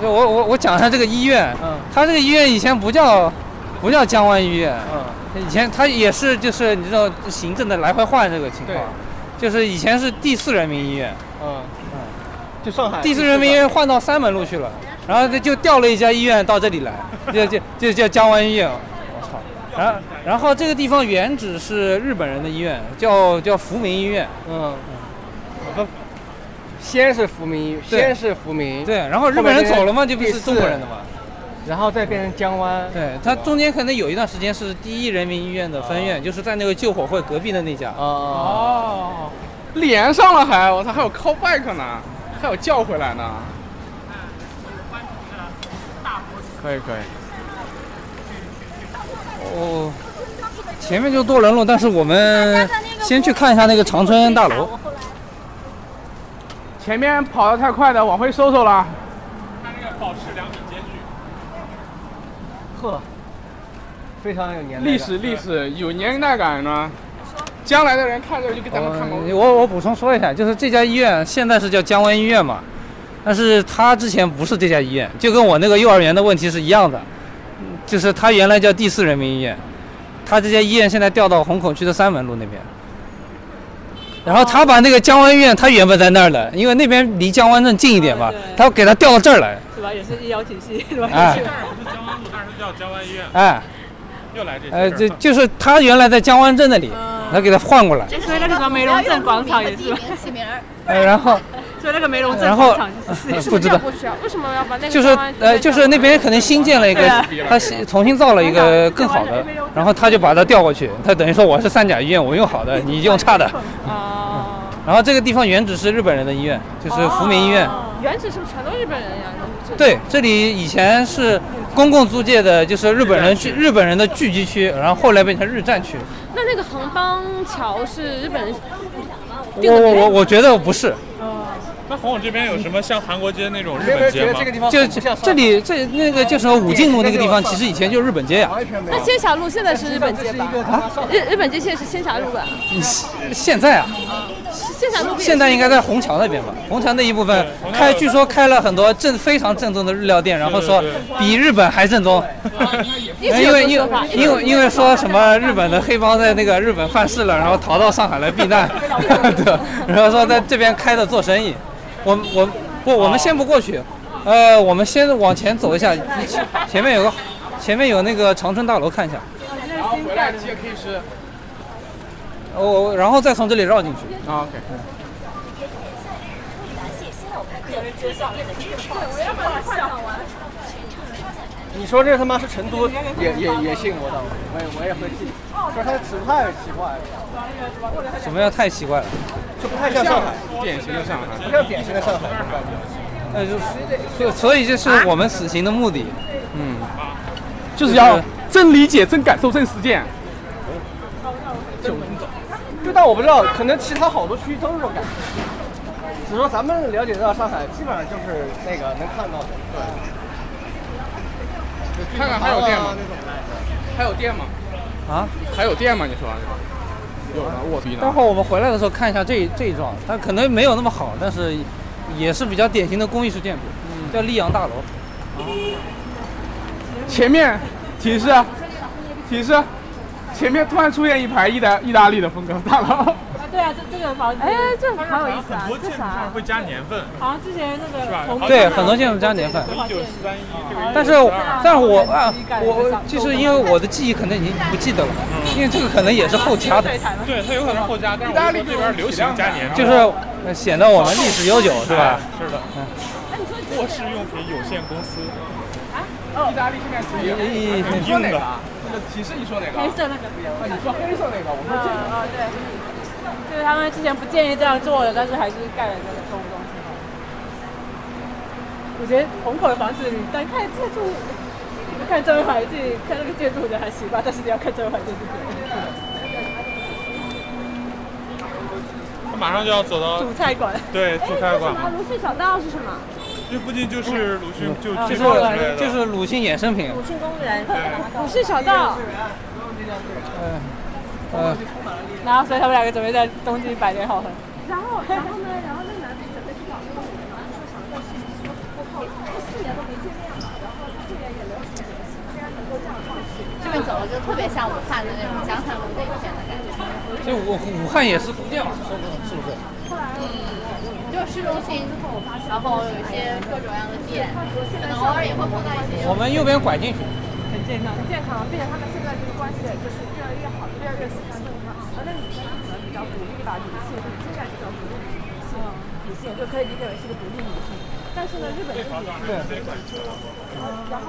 我我我讲一下这个医院，
嗯
它这个医院以前不叫不叫江湾医院，
嗯，
以前它也是就是你知道行政的来回换这个情况
对，
就是以前是第四人民医院，
嗯，就上海
第四人民医院换到三门路去了，然后就调了一家医院到这里来，就就就叫江湾医院，我操！然后然后这个地方原址是日本人的医院，叫叫福民医院，
嗯，不，先是福民，
对
先是福民，
对，，然后日本人走了嘛，就不是中国人的嘛，
然后再变成江湾，啊
对，它中间可能有一段时间是第一人民医院的分院，就是在那个救火会隔壁的那家，
啊，
哦，连上了还，我操，还有 callback 呢，还有叫回来呢。可以可以，
哦。前面就多人路，但是我们先去看一下那个长春大楼。
前面跑得太快的往回收收了。
它这个保持两米间距，
呵，非常有年代感
历史历史有年代感呢，将来的人看这个就跟咱们看毛
呃我我补充说一下，就是这家医院现在是叫江湾医院嘛，但是它之前不是这家医院，就跟我那个幼儿园的问题是一样的，嗯就是它原来叫第四人民医院，它这家医院现在调到虹口区的三门路那边。然后他把那个江湾医院，他原本在那儿的，因为那边离江湾镇近一点嘛
哦，对
他给他调到这儿来，
是吧？也是医疗体系，是吧？
哎
这儿不是江湾路，但是它叫江湾医院。
哎，
又来这些事儿。
呃，这就是他原来在江湾镇那里，他给他换过来，
嗯就所以那个什么梅龙镇广场也
地
是吧，
名起名儿，
呃，然后
所以那个梅龙镇
然后
广场就是
呃
也是
不知道，
不需要，为什么要把那个
就是呃，就是那边可能新建了一个
对啊，
他新重新造了一个更好的，然后他就把它调过去，他等于说我是三甲医院，我用好的，你用差的。
啊，
然后这个地方原址是日本人的医院，就是福民医院。
哦
原址是不是全都日本人呀？就是
对，这里以前是公共租界的，就是日本人聚日本人的聚集区，然后后来变成日占区。
那那个横浜桥是日本人
我我我我觉得不是，
那红红这边有什么像韩国街那种日
有没有
本
觉得这？个
街吗
地
哦
方
就
很不像上
这里这那个叫什么武进路那个地方，其实以前就是日本街呀、
哦
海？完全没有
那。仙霞路现在是日本
这
街
是一
吧？
个他妈上
日日本街现在是仙霞路吧？
现在啊，
仙霞路不也 是
现在应该在虹桥那边吧？虹桥那一部分
对虹桥
开，
有
据说开了很多正非常正宗的日料店，然后说
对
比日本还正宗。哎
一直
因
有
为
这
因
说
为
法，
因为因为说什么日本的黑帮在那个日本犯事了，然后逃到上海来避难，对，然后说在这边开的做生意。我我不，我们先不过去，呃，我们先往前走一下，前前面有个前面有那个长春大楼看一下，
然后回来接 K 师。
我、哦我然后再从这里绕进去。
啊 OK。
你说这他妈是成都也也也信我的，我也我也会信。就是它的指派奇怪，
什么样太奇怪了？
就不太像上海，
典型的上海。
不像典型的上海。
那就所所以这是我们此行的目的。
嗯，就是要真理解、真感受、真实践。
就但我不知道，可能其他好多区域都是这种感觉。只是说咱们了解到上海，基本上就是那个能看到的。对。
看看还有店吗
那种
还有店吗？
啊，
还有店吗？你说有呢，我逼
待会儿我们回来的时候看一下这这一幢，它可能没有那么好，但是也是比较典型的工艺式建筑，叫溧阳大楼。
前面提示，提示，前面突然出现一排意大意大利的风格大楼。
啊，对啊，这这个房子，
哎，这
它
好有意思
很
啊
多，
这
建筑
啥
上？会加年份，
好像之前那
是
个
吧
红
对，很多建筑加年份。
一九三一这个
但是我，但是我啊，我就是因为我的记忆可能已经不记得了，因为这个可能也是后加的，
对它有可能后加，但是我们这边流行加年份，
就是呃显得我们历史悠久，是吧？
是的。卧室用品有限公司，
意大利现在主
嗯
义。
咦
你说哪个啊？那个提示你说哪个啊？
黑色那个，
啊你说黑色那个，我
嗯
说这个。
啊对，就是他们之前不建议这样做的，但是还是盖了这个购物中心。我觉得虹口的房子，你单看建筑，你看周围环境，看那个建筑我觉得还行吧，但是你要看周围环境是对的。
它马上就要走到
主菜馆，
对主开馆，
卢氏小哎道是什么？
这附近就是鲁迅就
就
这
嗯哦是啊
之类的，
就是鲁迅衍生品，
鲁迅公园，
卢氏小道，
呃呃，
然后所以他们两个准备在东京百年好合。
然后然后呢？然后在哪里准备去找那个我们说想在市里说，我靠，四年都没见面了，然后他这边也没有什么联系，居然能够这样放弃。
这边走了就特别像武汉的那种江汉路那一片的感觉，
就武武汉也是福建嘛，说不定是不是？
就是市中心，然后有一些各种各样的店，可能偶尔也会碰到一些。
我们右边拐进去，
健康，并且他们现在就是关系就是越来越好，越来越喜欢这种方式。那你们可能比较独立吧，女性就是情感比较独立，女性女性就可以理解为是个独立女性。但是呢，日本就是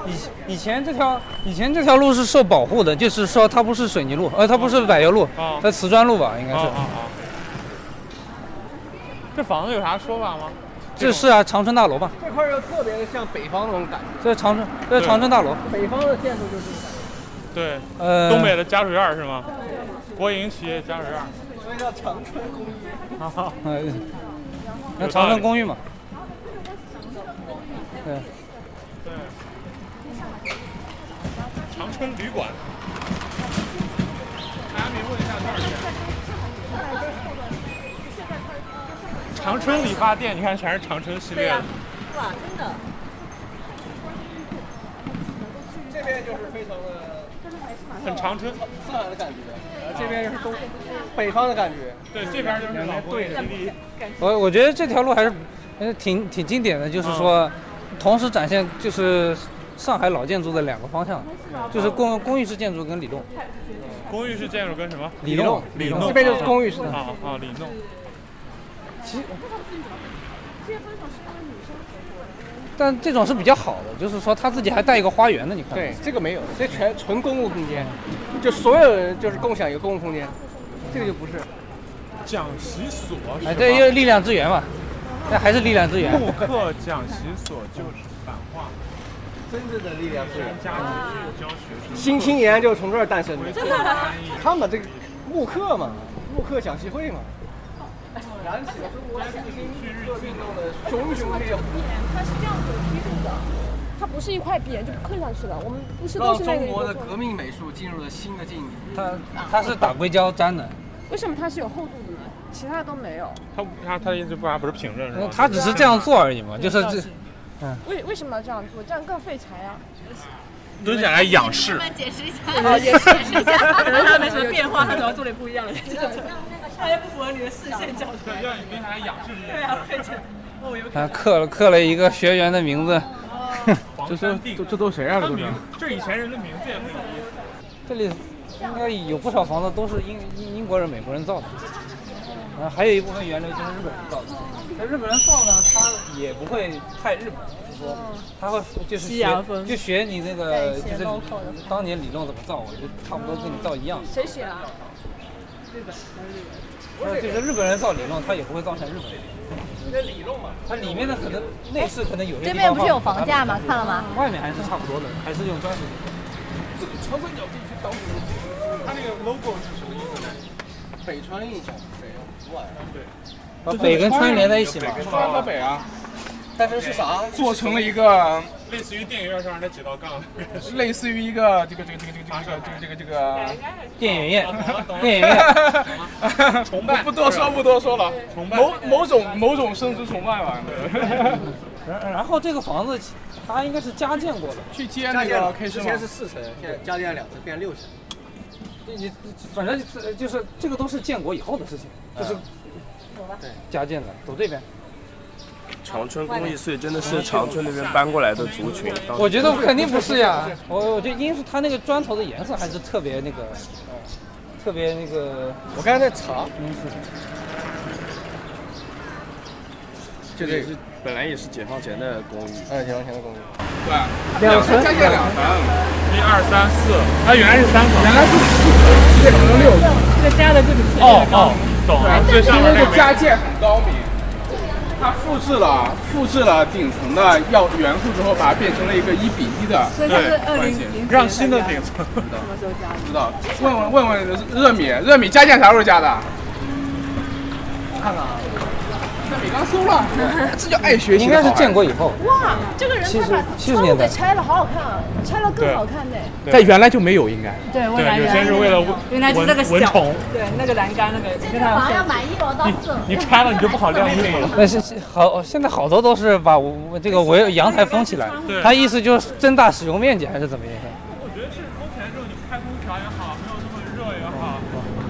以以前这条以前这条路是受保护的，就是说它不是水泥路，呃，它不是柏油路
哦，
它瓷砖路吧，应该
啊
是
啊。啊！这房子有啥说法吗？
这是啊，长春大楼吧？
这块儿又特别的像北方那种感觉，
这是长春，这是长春大楼。
北方的建筑就是这种感
对，
呃，
东北的家属院儿是吗？国营企业家属院儿。
觉，所以叫长春公寓。
哈哈
呃，那长春公寓嘛。对，
对，长春旅馆。大家可以问一下多少钱？长春理发店，你看全是长春系列的。
啊哇，真的。
这边就是非常的
很长春，
上海的感觉，然后这边又是东北方的感觉。
对，这边就是老公寓基地，
我我
哦
觉得这条路还是，呃，挺挺经典的，就是说，同时展现就是上海老建筑的两个方向，就是公公寓式建筑跟里弄。
公寓式建筑跟什么？
里弄
里
里弄
弄，
这边就是公寓式的
啊啊，里弄。
其实
这些分手是不是女生提出的？
但这种是比较好的，就是说他自己还带一个花园的，你看。
对，这个没有，这全纯公共空间，就所有人就是共享一个公共空间，这个就不是。
讲习所
哎，这又力量之源嘛，那还是力量之源。
慕课讲习所就是版画，
真正的力量是
家庭教学生。
新青年就是从这儿诞生的。
真的吗
看吧，这个慕课嘛，慕课讲习会嘛，燃起了中国复兴做运动的熊熊烈火。
它是这样子梯度的，它不是一块匾就刻上去的，我们不是都
让
是那个
中
一
国的
个
革命美术进入了新的境地。
它它是打硅胶粘的，
为什么它是有厚度的呢？其他的都没有，
他他他意思不还不是评论是吧？
他只是这样做而已嘛，就是这
为为什么要这样做？这样更废柴呀、
蹲下来仰视
慢，慢解释一下，
啊也是
解释一下。
可能他没什么变化，他主要做点不一样的，他也不符合你的视线角度。
让你蹲下来仰视这
对
件事。
啊，可以这样哦，有可
他啊刻了刻了一个学员的名字。
黄山地，
这都谁啊？
他名，这以前人的名字也没有。
这里应该有不少房子都是英英英国人、美国人造的，然后还有一部分源流就是日本人造的。
嗯
那日本人造呢，他也不会太日本，就是说
嗯
他会就是
西
学
洋风
就学你那个就是
对学 local 的
当年理论怎么造，我就差不多跟你造一样。
谁选啊？
那就是日本人造理论，他也不会造成日本人。它里面的可能内饰可能有些地
这
方
边不是有
放
房价吗？看了吗？
外面还是差不多的，还是用砖石。
他那个 logo 是什么意思呢？
北川印象谁呀？昨晚上。
把北跟川连在一起嘛。
川和北啊，
但是是啥？
做成了一个
类似于电影院上那几道杠。
类似于一个这个这个这个这个这个这个这个
电影院
懂了懂，了
电影
这
院，
个，
崇拜
不多说不多说了，
崇拜
某某种某种生殖崇拜吧，
然然后这个房子它应该是加建过的，
去接那个 K 是
之
吗？
前是四层，现在加建两层变六层。
你你反正就是就是这个都是建国以后的事情，就是加建的。走这边，
长春公益税真的是长春那边搬过来的族群，当时
我觉得肯定不是呀，我我觉得因为是它那个砖头的颜色还是特别那个，特别那个
我刚才在查，
明显。
就
也
这
是本来也是解放前的公寓，
二两前的公寓。
对，两层加建两层，嗯
一二三四，它原来是三层。原来是四层，现在可能六层。这加的这比哦哦，懂了，最上面
这
那
个
个
加建很高明。它复制了复制了顶层的要元素之后，把它变成了一个一比一的
所以它是二
关
零
系。
零
让新的顶 层。
不知道，问问问问热米，热米加建啥时候加的？
看看啊，
热米刚搜了，这叫爱学习。
应该是建，国以后，
哇，这个人
70
他把
70
窗户
年代
给拆了，好好看啊！拆了更好看呢。
在原来就没有，应该。
对，未来
对，有些是为了蚊
原来就是那个
蚊
小
虫，
对那个栏杆那个，你
这
看它有
个房
线
要买一楼到四楼。
你穿了你就不好晾衣服了。
但是是好，现在好多都是把我这个围阳台封起来
对，
它意思就是增大使用面积还是怎么样？
我觉得是冬天之后你开空调也好，没有那么热也好，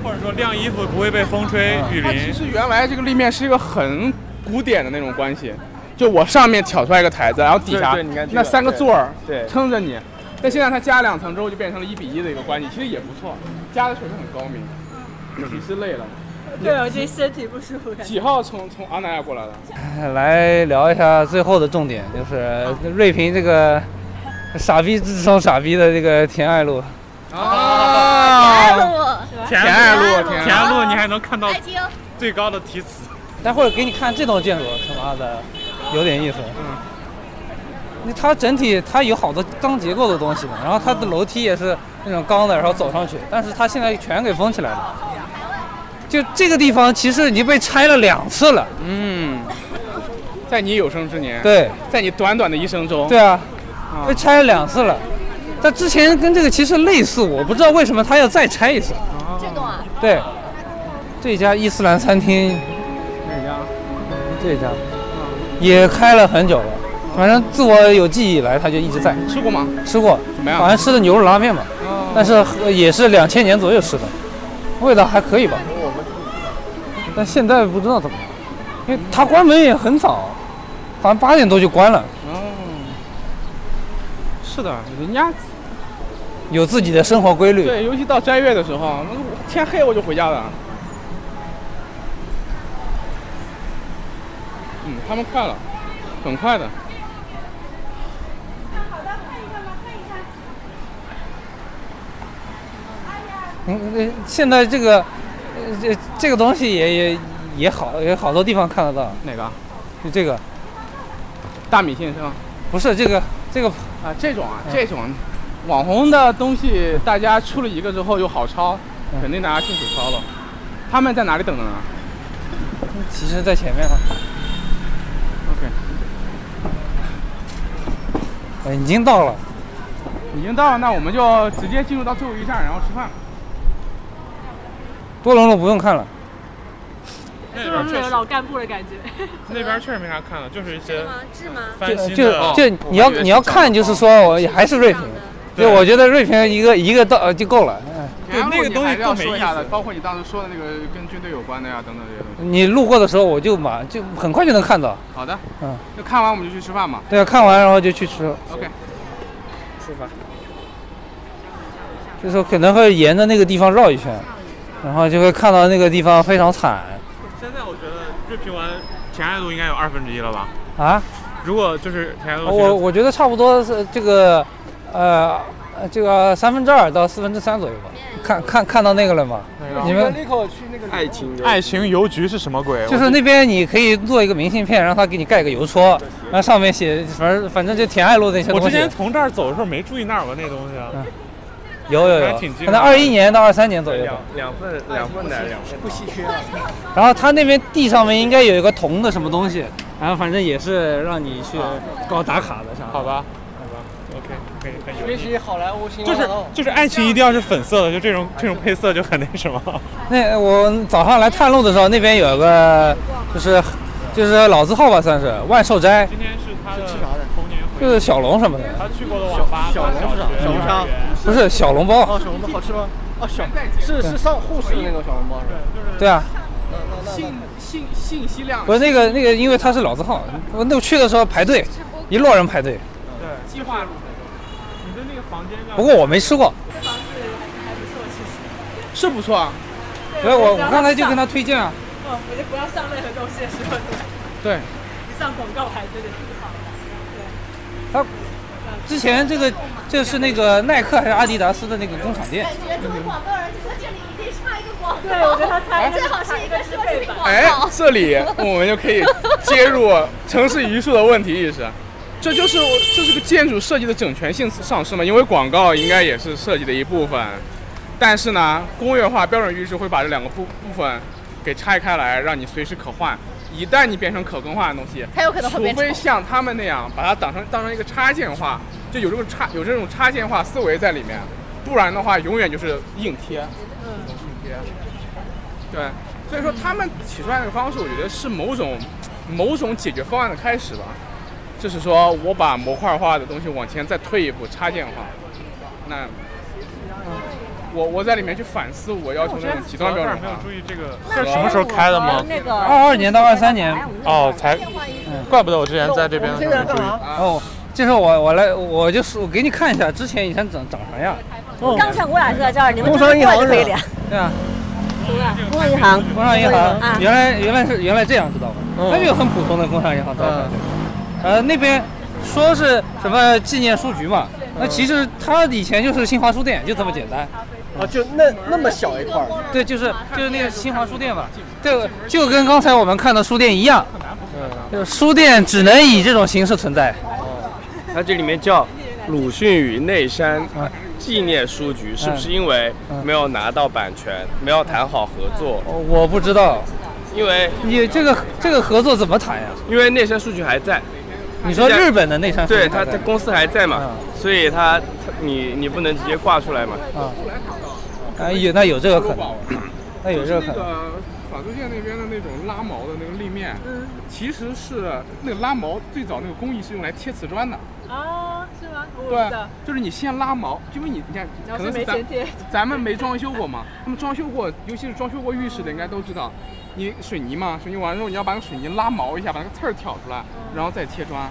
或者说晾衣服不会被风吹雨
它其
淋。
实原来这个立面是一个很古典的那种关系，就我上面挑出来一个台子，然后底下
对对你看这个
那三个座儿
对
撑着你。但现在它加两层之后就变成了一比一的一个关系，其实也不错，加的确实很高明。你是累了，
对，我觉得身体不舒服，感觉
几号从从阿那亚过来的？
来聊一下最后的重点，就是瑞平这个傻逼自称傻逼的这个田爱路，
啊，
哎
田
田
爱
爱
路，
路，
田爱
啊
路，你还能看到
爱听，
最高的题词。
待会儿给你看这栋建筑，他妈的有点意思。那它整体它有好多钢结构的东西的，然后它的楼梯也是那种钢的，然后走上去，但是它现在全给封起来了。就这个地方其实已经被拆了两次了，
嗯，在你有生之年，
对。
在你短短的一生中，
对啊，被拆了两次了。但之前跟这个其实类似，我不知道为什么他要再拆一次。
这栋啊，
对，这家伊斯兰餐厅，这家也开了很久了，反正自我有记忆以来，他就一直在
吃过吗？
吃过，
怎么样哦
好像吃的牛肉拉面吧，但是呃也是两千年左右吃的，味道还可以吧。但现在不知道怎么样，因为他关门也很早，好像八点多就关了。
哦，是的，人家
有自己的生活规律。
对，尤其到斋月的时候，那个天黑我就回家了。嗯，他们快了，很快的。
嗯，呃现在这个，呃这这个东西也也也好，也好多地方看得到。
哪个？
就这个，
大米线是吗？
不是这个这个
啊，这种啊，这种网红的东西，大家出了一个之后又好抄，肯定大家顺手抄了。他们在哪里等着呢
其实在前面啊嘛。
？OK，
呃已经到了。
已经到了，那我们就直接进入到最后一站，然后吃饭。
多伦路不用看了，
那
哎就
边
是
确
那
实
种老干部的感觉。
那边确实没啥看的，就是一些
是吗？
翻新
就
的。哦
就你要你要看，就是说我也还是锐评，
对
对，我觉得锐评一个一个到呃就够了。嗯
对
然后
那个
你
东西
还是要
更没
说一
意
下
思
的，包括你当时说的那个跟军队有关的呀，等等这些东西。
嗯你路过的时候，我就马就很快就能看到。
好的，
嗯，
就看完我们就去吃饭嘛。
对啊，看完然后就去吃，
嗯
OK，
出发。
就是可能会沿着那个地方绕一圈，然后就会看到那个地方非常惨
现在我觉得锐评完填爱度应该有二分之一了吧？
啊。
如果就是填爱度，
呃
哦
我我觉得差不多是这个，呃，呃这个三分之二到四分之三左右吧。看看看到那个了吗？你们
立刻去那个
爱情游
爱情邮局是什么鬼？
就是那边你可以做一个明信片，让他给你盖个邮戳，然后上面写反正反正就填爱路那些
我
东
之
西
前。从这儿走的时候没注意那儿有个那东西啊。
嗯
有有
还
有
挺哎精，
可能
彩
二一年到二三年左右吧
两。两份两份奶，两份
不稀缺啊。
然后他那边地上面应该有一个铜的什么东西，然后反正也是让你去搞打卡的啥。
好吧，好吧，OK，可以，很有
学
意思。
习好莱坞星
就
光
是
大道。
就是爱情一定要是粉色的，就这种这种配色就很那什么。
那我早上来探路的时候，那边有个就是就是老字号吧，算是万寿斋，
今天是他的童年回
就是
忆，
小龙什么的，
他去过的网吧、
小
他
小龙是啥
学
小龙
幼儿园
不是小笼包。
哦，小笼包好吃吗？哦，小是是上护士的那种小笼包是吧？
对啊，
信信信息量
不是那个那个，因为它是老字号，我那我去的时候排队，一摞人排队。
对，计划。你的那个房间叫
不过我没吃过，
是不错啊。
所以我我刚才就跟他推荐啊。
哦，我就不要上任何东西的时候，
对，
你上广告牌真的是好。
之前这个这是那个耐克还是阿迪达斯的那个工厂店，
觉作为广告人，觉得这里一定插一个广告，哎
对，我觉得他猜
最好是一个奢侈品广
哎
告，，
这里我们就可以接入城市榆树的问题意识。这就是我这是个建筑设计的整全性丧失嘛，因为广告应该也是设计的一部分，但是呢，工业化标准预制会把这两个部部分给拆开来，让你随时可换。一旦你变成可更换的东西，
它有可能会
除
变丑
非。像他们那样把它当成当成一个插件化，就有这种插有这种插件化思维在里面，不然的话永远就是硬贴，嗯，硬贴。对，所以说他们提出来那个方式，我觉得是某种某种解决方案的开始吧，就是说我把模块化的东西往前再推一步，插件化。那
嗯
我我在里面去反思我要求那种极端标准
我没有
化。
注意这个，这是什么时候开的吗？
那个
二二年到二三年。
哦，才，怪不得我之前在这边的时候没注意。
哦，这是我我来我就是我给你看一下之前以前长长啥样。
刚才我俩就在这儿，你们
工
这么
商银行
过就可以
是
了
吧。
对啊，
工商银行，
工商银
啊
行原来原来是原来这样知道吧？
嗯
那就很普通的工商银行招牌
嗯。
呃，那边说是什么纪念书局嘛，
嗯
那其实它以前就是新华书店，就这么简单。
嗯
啊，就那那么小一块儿，
对，就是就是那个新华书店嘛，对，就跟刚才我们看的书店一样，就是书店只能以这种形式存在。
它这里面叫鲁迅与内山纪念书局，是不是因为没有拿到版权，没有谈好合作？
哦我不知道
因为
你这个这个合作怎么谈呀？
因为内山书局还在，
你说日本的内山书店
对它它公司还在嘛，所以它它你你不能直接挂出来嘛。
啊，嗯有那有这个可能，那有这个可
那
能。
个法租界那边的那种拉毛的那个立面，其实是那个拉毛最早那个工艺是用来贴瓷砖的，
啊，是吗？我不知
对
道。，
就是你先拉毛，因为你你看，
然
可
后
能
是没
是咱
钱贴，
咱们没装修过嘛，他们装修过，尤其是装修过浴室的应该都知道，你嗯水泥嘛，水泥完之后你要把那个水泥拉毛一下，把那个刺儿挑出来，然后再贴砖。
哎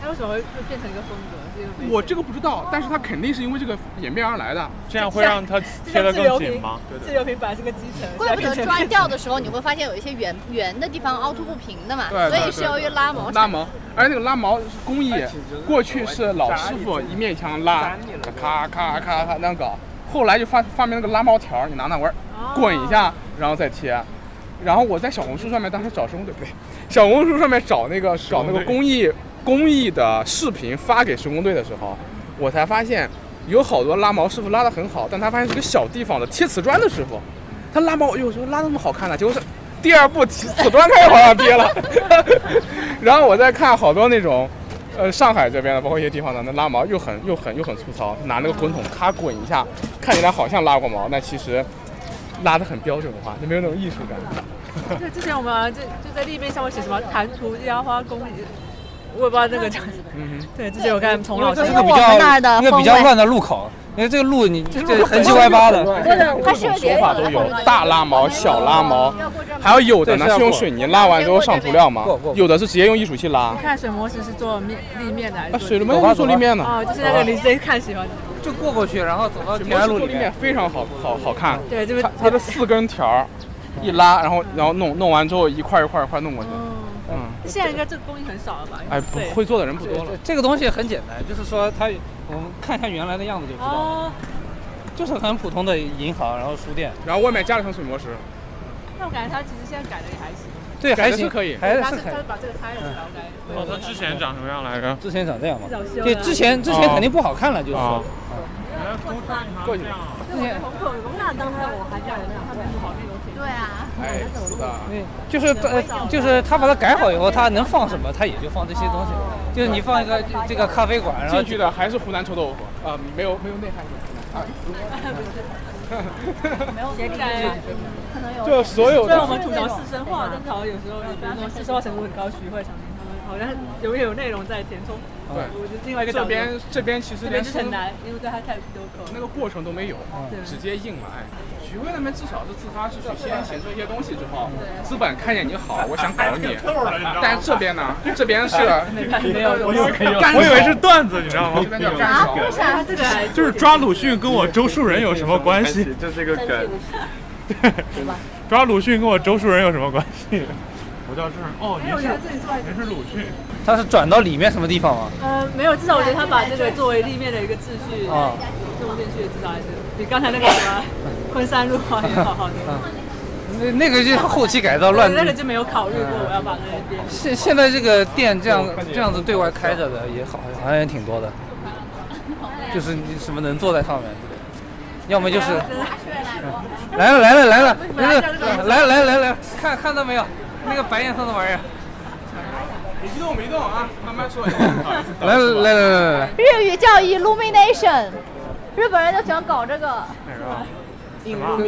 那为什么会变成一个风格？是一个
我这个不知道，但是它肯定是因为这个演变而来的。
这样会让 它贴得更紧吗？
自由平本来是个基层，
怪不得抓掉的时候，你会发现有一些圆圆的地方凹凸不平的嘛，
对
所
对
以是由于拉毛。
拉毛，而那个哎拉毛是工艺，过去是老师傅一面墙拉，咔咔咔咔那样搞，后来就发发明了个拉毛条，你拿那玩儿滚一下，然后再贴。然后我在小红书上面当时找生工队，不对，小红书上面找那个找那个工艺工艺的视频发给施工队的时候，我才发现有好多拉毛师傅拉得很好，但他发现是个小地方的贴瓷砖的师傅，他拉毛有时候拉得那么好看呢、结果是第二步瓷瓷砖开始往上贴了。然后我再看好多那种，呃，上海这边的，包括一些地方的，那拉毛又很又很又很粗糙，拿那个滚筒咔滚一下，看起来好像拉过毛，但其实拉得很标准化，就没有那种艺术 感。
对，之前我们就就在立面上面写什么“谈图雕花工艺”，我也不知道那个叫 什么。
嗯哼，
对，之前我看童老师
这是
因
个
为
比
我们那
较
儿的
一个比
风
较
味
乱的路口，因为这个路你这横七歪八的，
嗯
它是
说法都有，大拉毛、小拉毛，还有有的呢
对是要
是用水泥拉完之后上涂料嘛
过过，过
有的是直接用艺术漆拉。
看水磨石是做面立面的还
啊，
是做
水泥模做立面呢，
哦，就是那个你直接看喜欢的。
就过过去，然后走到
水
田
泥
安路
做
里
立
面
面。非常好好好看。
对，就是
它它是四根条儿，一拉，然后然后弄弄完之后一块一块一块弄过去。
嗯，
嗯，
现在应该这个工艺很少了吧？
哎，不
对
会做的人不多了。
这个东西很简单，就是说它，我们看一下原来的样子就知道了，
哦，
就是很普通的银行，然后书店，
然后外面加了层水磨石，
那我感觉他其实现在改的也还行，
对，
改
还
的
行，
是可以
还
他
是
是
可以
他。把这个拆了，然后改。
哦，它之前长什么样来着？
之前长这样嘛
比较修，的
对，之前之前
哦
肯定不好看了，就是
啊
说，，
原来工厂这样啊。
之前
那当然我还这样呢。
对啊，
哎，是的。
对，就是呃，就是他把它改好以后，他能放什么，他也就放这些东西。就是你放一个这个咖啡馆，然后
进去的还是湖南臭豆腐，啊，没有没有内涵。
也改。
可能有
就所有
虽然
的
我们吐槽四声话，但是好像有时候也不是说四声话程度很高，徐汇长宁他们好像有也有内容在填充。
对
我觉得另外一个角
这
度
边这边其实
这
连
边就是很难，因为对他太丢口。
那个过程都没有，直接硬来。徐汇那边至少是自发是去先写这些东西之后，资本看见你好，我想搞你。但这边呢，这边是
没有，我有
干
我以为是段子，你知道吗
这？边叫干
啊，
手。
为啥？
这个还
就是抓鲁迅跟我周树人有什么关 系？
这是个梗。
抓鲁迅跟我周树人有什么关系？我叫周树人，哦，您是您是鲁迅，
他是转到里面什么地方啊？
呃没有，至少我觉得他把这个作为立面的一个秩序
啊
弄进去，至少还是比刚才那个什么昆山路花园好好多。
那那个就是后期改造乱
对，。那个就没有考虑过我要把那个变。
现现在这个店这样
哦
这样子对外开着的也好，好像也挺多 的，就是你什么能坐在上面，要么就是来了来了来了来了来了来了来了，看看到没有？那个白颜色的玩意 儿，
你激动没动啊？慢慢说。
来了来了来了来了，
日语叫 illumination，日本人就喜欢搞这个。
哪个？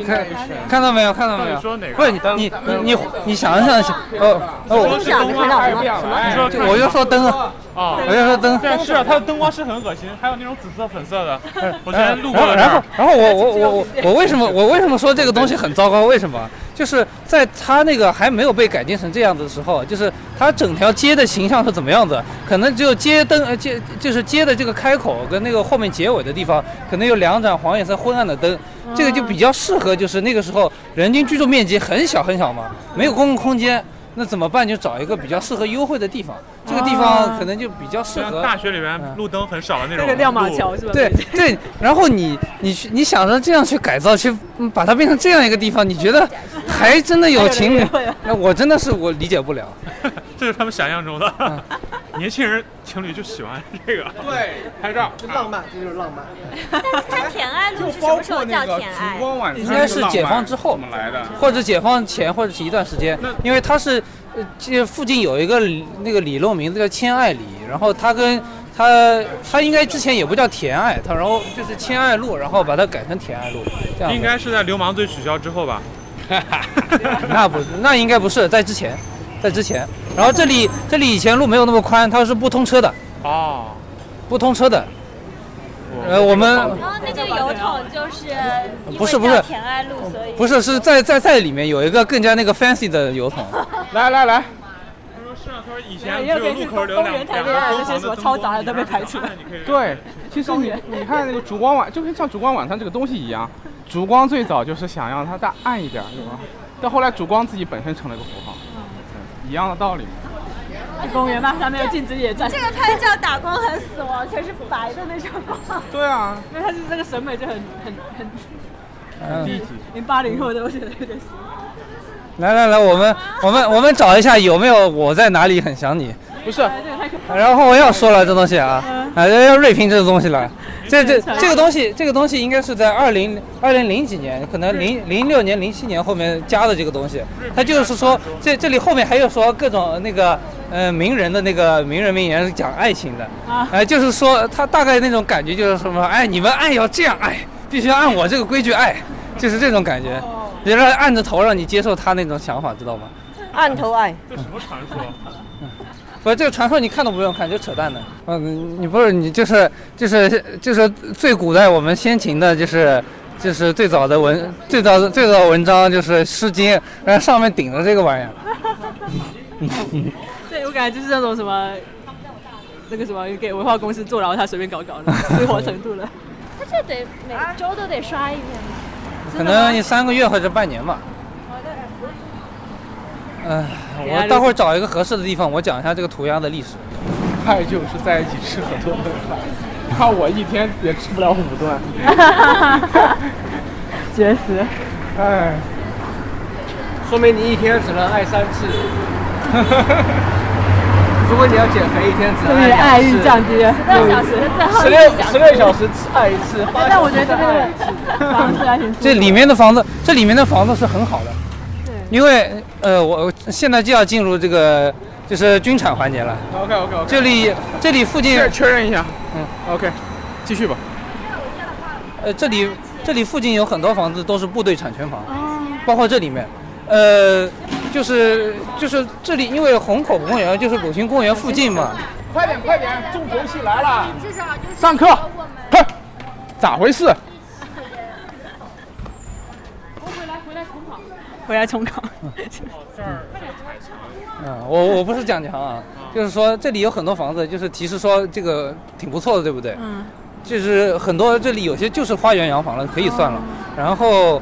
看看到没有？看到没有？
到底说哪个
不是你你你你你想想想，哦哦，
说是灯光
还是不想来？
你说
我我就说灯啊，
啊
我，就说灯。
对，是啊，它的灯光是很恶心，还有那种紫色、粉 色的。我之前路过
然后
了这
然后
儿，
然后我我我我我为什么我为什么说这个东西很糟糕？为什么？就是在它那个还没有被改进成这样子的时候，就是它整条街的形象是怎么样子？可能只有街灯呃街就是街的这个开口跟那个后面结尾的地方，可能有两盏黄颜色昏暗的灯，这个就比较适合就是那个时候人均居住面积很小很小嘛，没有公共空间。那怎么办？就找一个比较适合优惠的地方，这个地方可能就比较适
像
合
大学里面路灯很少的那
那
种。
嗯个亮马桥。是吧？
对对，然后你你去你想着这样去改造，去嗯把它变成这样一个地方，你觉得还真的有情侣
还有人约会啊？
那我真的是我理解不了。
这是他们想象中的。
嗯
年轻人情侣就喜欢这个。
对，拍照。
浪漫，这就是浪漫。
它甜爱路
就是
什
包
么时
括
候叫
那个
甜
烛
爱？
光晚餐，
应该是解放之后
怎么来的？
或者解放前，或者是一段时间，因为它是呃，这附近有一个里那个里弄名字叫千爱里，然后它跟它它应该之前也不叫田爱，它然后就是千爱路，然后把它改成田爱路，这样子
应该是在流氓罪取消之后吧。
那不，那应该不是在之前，在之前。然后这里这里以前路没有那么宽，它是不通车的，
哦，
不通车的。呃，我们
然后那个油桶就是因为
不是不是
叫甜爱路，所以
不是是在在在里面有一个更加那个 fancy 的油桶，
来来来，
说是啊，他说以
没
前
有
只有路口留两两个
那
公
些什
房的
么
灯
嘈
光，
杂的都被排除。
对，其实你你看那个烛光晚，就跟像烛光晚餐这个东西一样，烛光最早就是想让它大暗一点，对吧？但后来烛光自己本身成了一个符号，一样的道理嘛。
公园嘛，上面有禁止野战。
这个拍照打光很死亡，全是白的那种 光。
对啊，
因为他是这个审美就很很很，
嗯
低级。
连八零后都觉得有点。
来来来，我们我们我们找一下有没有我在哪里很想你。
不是，
然后我要说了这东西啊，啊要要锐评这个东西了。这这这个东西，这个东西应该是在二零二零零几年，可能零零六年、零七年后面加的这个东西。它就是说，这这里后面还有说各种那个呃名人的那个名人名言是讲爱情的，
啊
哎、就是说他大概那种感觉就是什么，哎，你们爱要这样爱，必须要按我这个规矩爱，就是这种感觉，也让按着头让你接受他那种想法，知道吗？
按头爱。
这什么传说？
不是这个传说，你看都不用看，就扯淡的。嗯，你不是你就是就是就是最古代我们先秦的，就是就是最早的文最早最早的文章就是《诗经》，然后上面顶着这个玩意儿。
对，我感觉就是那种什么，那个什么给文化公司坐牢，他随便搞 搞的，失火程度了。
他这得每周都得刷一遍吧。
可能你三个月或者半年吧。嗯、我待会儿找一个合适的地方，我讲一下这个涂鸦的历史。
还就是在一起吃很多顿饭，看我一天也吃不了五顿。
绝食。
哎，
说明你一天只能爱三次。 如果你要减肥，一天只能
这
爱
是
两
爱
次
欲降低了16小时啊的最后
十
一
六
小时
十六小时爱一次，八
但
小
我
时
觉得这
再爱一次
边房子还挺
这里面的房子，这里面的房子是很好的，因为呃，我现在就要进入这个就是军产环节了。
OK OK OK。
这里这里附近
这儿确认一下，
嗯
，OK，继续吧。
呃，这里这里附近有很多房子都是部队产权房，包括这里面，呃，就是就是这里，因为虹口公园就是鲁迅公园附近嘛，
快点快点，重头戏来了！上课，快，咋回事？
回来重考。
嗯，我我不是讲强啊，就是说这里有很多房子，就是提示说这个挺不错的，对不对？
嗯，
就是很多这里有些就是花园洋房了，可以算了。然后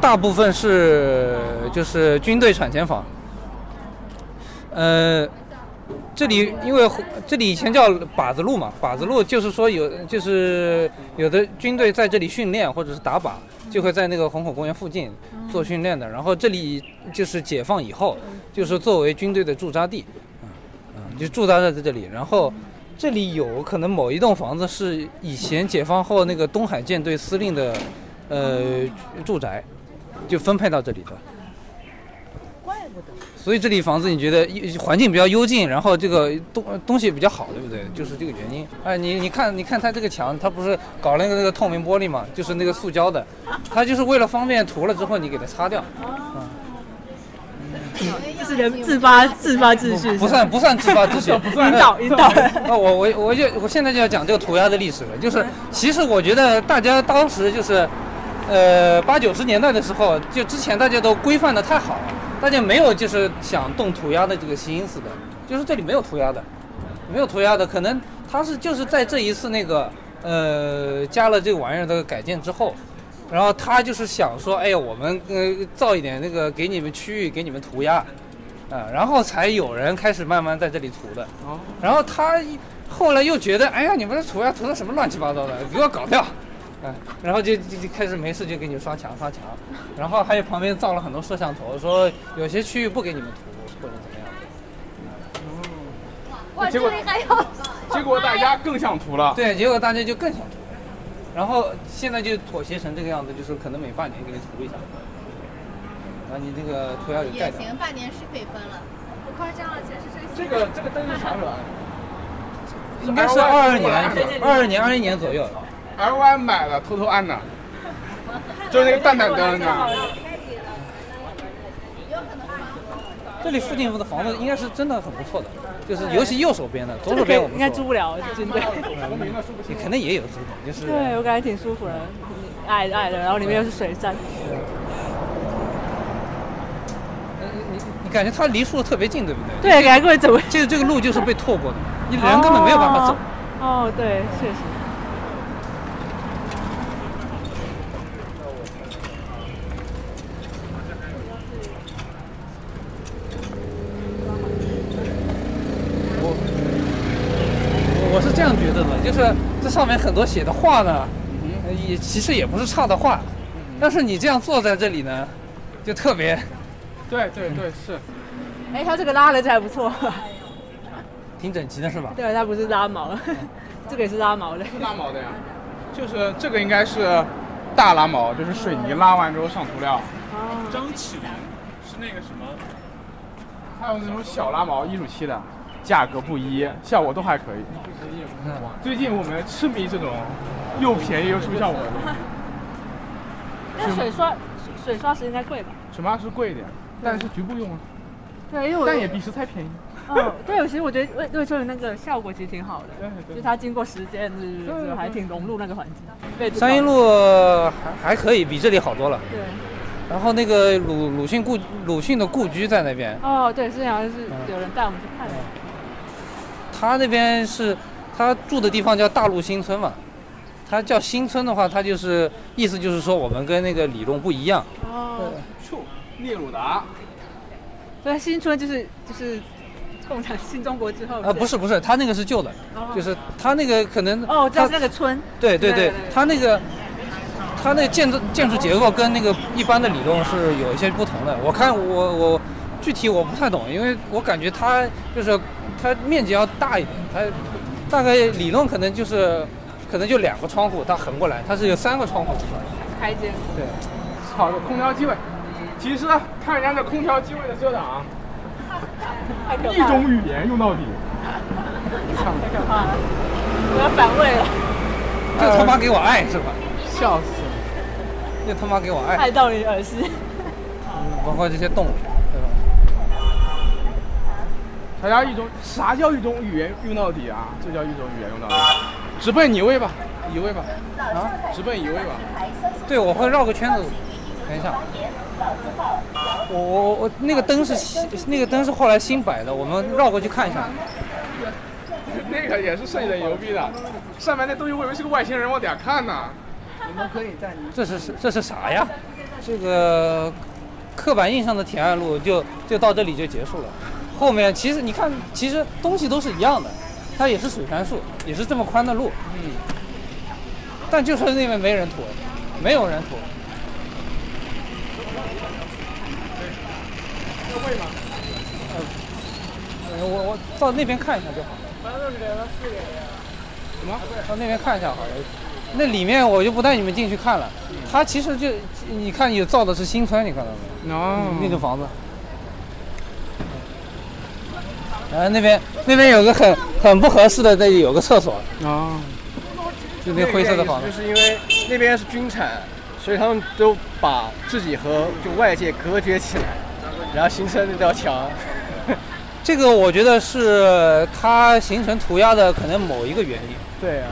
大部分是就是军队产前房。呃，这里因为这里以前叫靶子路嘛，靶子路就是说有就是有的军队在这里训练或者是打靶，就会在那个虹口公园附近做训练的。然后这里就是解放以后，就是作为军队的驻扎地，嗯，嗯就驻扎在这里。然后这里有可能某一栋房子是以前解放后那个东海舰队司令的呃住宅，就分配到这里的。
怪不得。
所以这里房子你觉得一环境比较幽静，然后这个东东西比较好，对不对？就是这个原因。哎，你你看，你看它这个墙，它不是搞了那个那个透明玻璃嘛，就是那个塑胶的，它就是为了方便涂了之后你给它擦掉，
这是人自发自发秩序。，
不啊算不算自发秩序
引导引导。
那哦我我我就我现在就要讲这个涂鸦的历史了，就是其实我觉得大家当时就是，呃八九十年代的时候，就之前大家都规范的太好了，大家没有就是想动涂鸦的这个心思的，就是这里没有涂鸦的，没有涂鸦的，可能他是就是在这一次那个呃加了这个玩意儿的改建之后。然后他就是想说，哎呀，我们呃造一点那个给你们区域，给你们涂鸦，啊，然后才有人开始慢慢在这里涂的。然后他一后来又觉得，哎呀，你们这涂鸦涂的什么乱七八糟的， 给我搞掉，嗯、然后就就就开始没事就给你刷墙刷墙，然后还有旁边造了很多摄像头，说有些区域不给你们涂或者怎么样。
哇，
结
这
果
里还有。
结果大家更想涂了。
对，结果大家就更想涂，然后现在就妥协成这个样子，就是可能每半年给你涂一下，然后你那个涂鸦给盖
也
掉。
行，半年是可以分了。
不夸张了，全是真心。
这个这个灯是啥时候安
应该是二二年，二二年、二一年左右。
L Y 买了，偷偷 按的，就是那个蛋蛋灯，你知道吗？
这里附近的房子应该是真的很不错的，就是尤其右手边的，左手
这个可以
边我们
应该
说
租不了，真的。
你肯定也有租的，就是
对，我感觉挺舒服的， 矮矮的，然后里面又是水站。
呃你感觉它离树特别近，对不对？
对感觉各位走，
这个这个路就是被拓过的，你人根本没有办法走。
哦，对，确实。
我是这样觉得的，就是这上面很多写的话呢，呃也其实也不是差的话，但是你这样坐在这里呢，就特别
对对对，是。
哎，它这个拉了，这还不错。
挺整齐的，是吧？
对，它不是拉毛， 这个也是拉毛的。
拉毛的呀。就是这个应该是大拉毛，就是水泥拉完之后上涂料。
张起灵是那个什么？
还有那种小拉毛，艺术漆的，价格不一，效果都还可以。最近我们痴迷这种又便宜又出效果的东西。
那水刷水刷石应该贵吧？
什么是贵一点，但是局部用啊，
对，因为我
但也比石材便宜。
嗯，对，其实我觉得瑞瑞秋的那个效果其实挺好的，
对
就是它经过时间，就是就是还挺融入那个环境。被
三一路还还可以，比这里好多了。
对，
然后那个鲁鲁迅故鲁迅的故居在那边，
哦，对，之前好像是有人带我们去看的。
他那边是他住的地方叫大陆新村嘛，他叫新村的话，他就是意思就是说我们跟那个理论不一样，
哦，
处聂鲁达。
所以新村就是就是共产新中国之后。
啊，不是不是，他那个是旧的，
哦
就是他那个可能
哦，我知道
他
是那个村。
对对对
对，
它那个它那个建筑建筑结构跟那个一般的理论是有一些不同的。我看我我具体我不太懂，因为我感觉它就是它面积要大一点，它大概理论可能就是可能就两个窗户，它横过来，它是有三个窗户。
开间。
对，
操，这空调机位，其实看人家这空调机位的遮挡啊，
太可怕了
一种语言用到 底。
太可怕了，我要反胃了，
这他妈给我爱是吧？
笑死了，
这他妈给我爱，
爱到你耳心。
包括这些动物，对吧？
啥叫一种啥叫一种语言用到底啊？这叫一种语言用到底。直奔移位吧，移位吧，
啊，
直奔移位吧。
对，我会绕个圈子。等一下，我我我那个灯是新，那个灯是后来新摆的，我们绕过去看一下。
那个也是设计的牛逼的，上面那东西我以为是个外星人往底下看呢。
你们可以在你
这是这是啥呀？这个刻板印象的铁岸路就就到这里就结束了。后面其实你看，其实东西都是一样的，它也是水杉树，也是这么宽的路，
嗯，
但就是那边没人涂，没有人涂。
要喂吗？
呃我我到那边看一下就好。
什么？
到那边看一下好了。那里面我就不带你们进去看了，它其实就你看有造的是新村，你看到没有？
哦
那个房子。呃，那边那边有个很很不合适的，那里有个厕所，
啊，
就那灰色的房子
就。是因为那边是军产，所以他们都把自己和就外界隔绝起来，然后形成那道墙。
这个我觉得是它形成涂鸦的可能某一个原因。
对啊，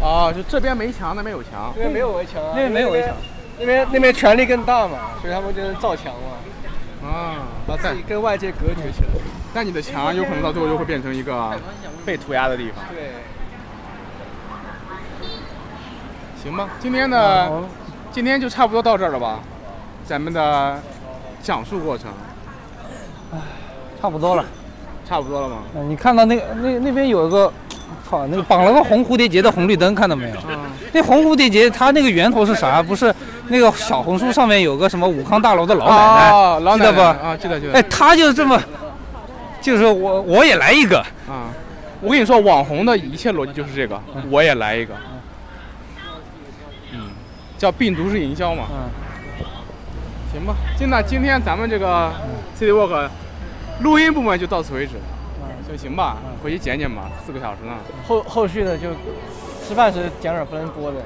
哦，就这边没墙，那边有墙
那。边没有围墙啊，
那边没有围墙
因为那边，那边那边权力更大嘛，所以他们就能造墙嘛，
啊，
把自己跟外界隔绝起来。
但你的墙有可能到最后就会变成一个被涂鸦的地方。
对，
行吧，今天的今天就差不多到这儿了吧？咱们的讲述过程
差不多了。
差不多了吗？
呃你看到那个那那边有一个，操，那个绑了个红蝴蝶结的红绿灯，看到没有？那红蝴蝶结它那个源头是啥？不是那个小红书上面有个什么武康大楼的老奶奶，
哦老奶奶
记得不？
啊，记得记得。
哎，她就这么，就是说我我也来一个。
啊，我跟你说，网红的一切逻辑就是这个，我也来一个。嗯，叫病毒式营销嘛。
嗯，
行吧，今那今天咱们这个 City Walk 录音部分就到此为止，
嗯
就行吧，回去剪剪吧，四个小时呢。
后后续的就吃饭时讲点不能播的。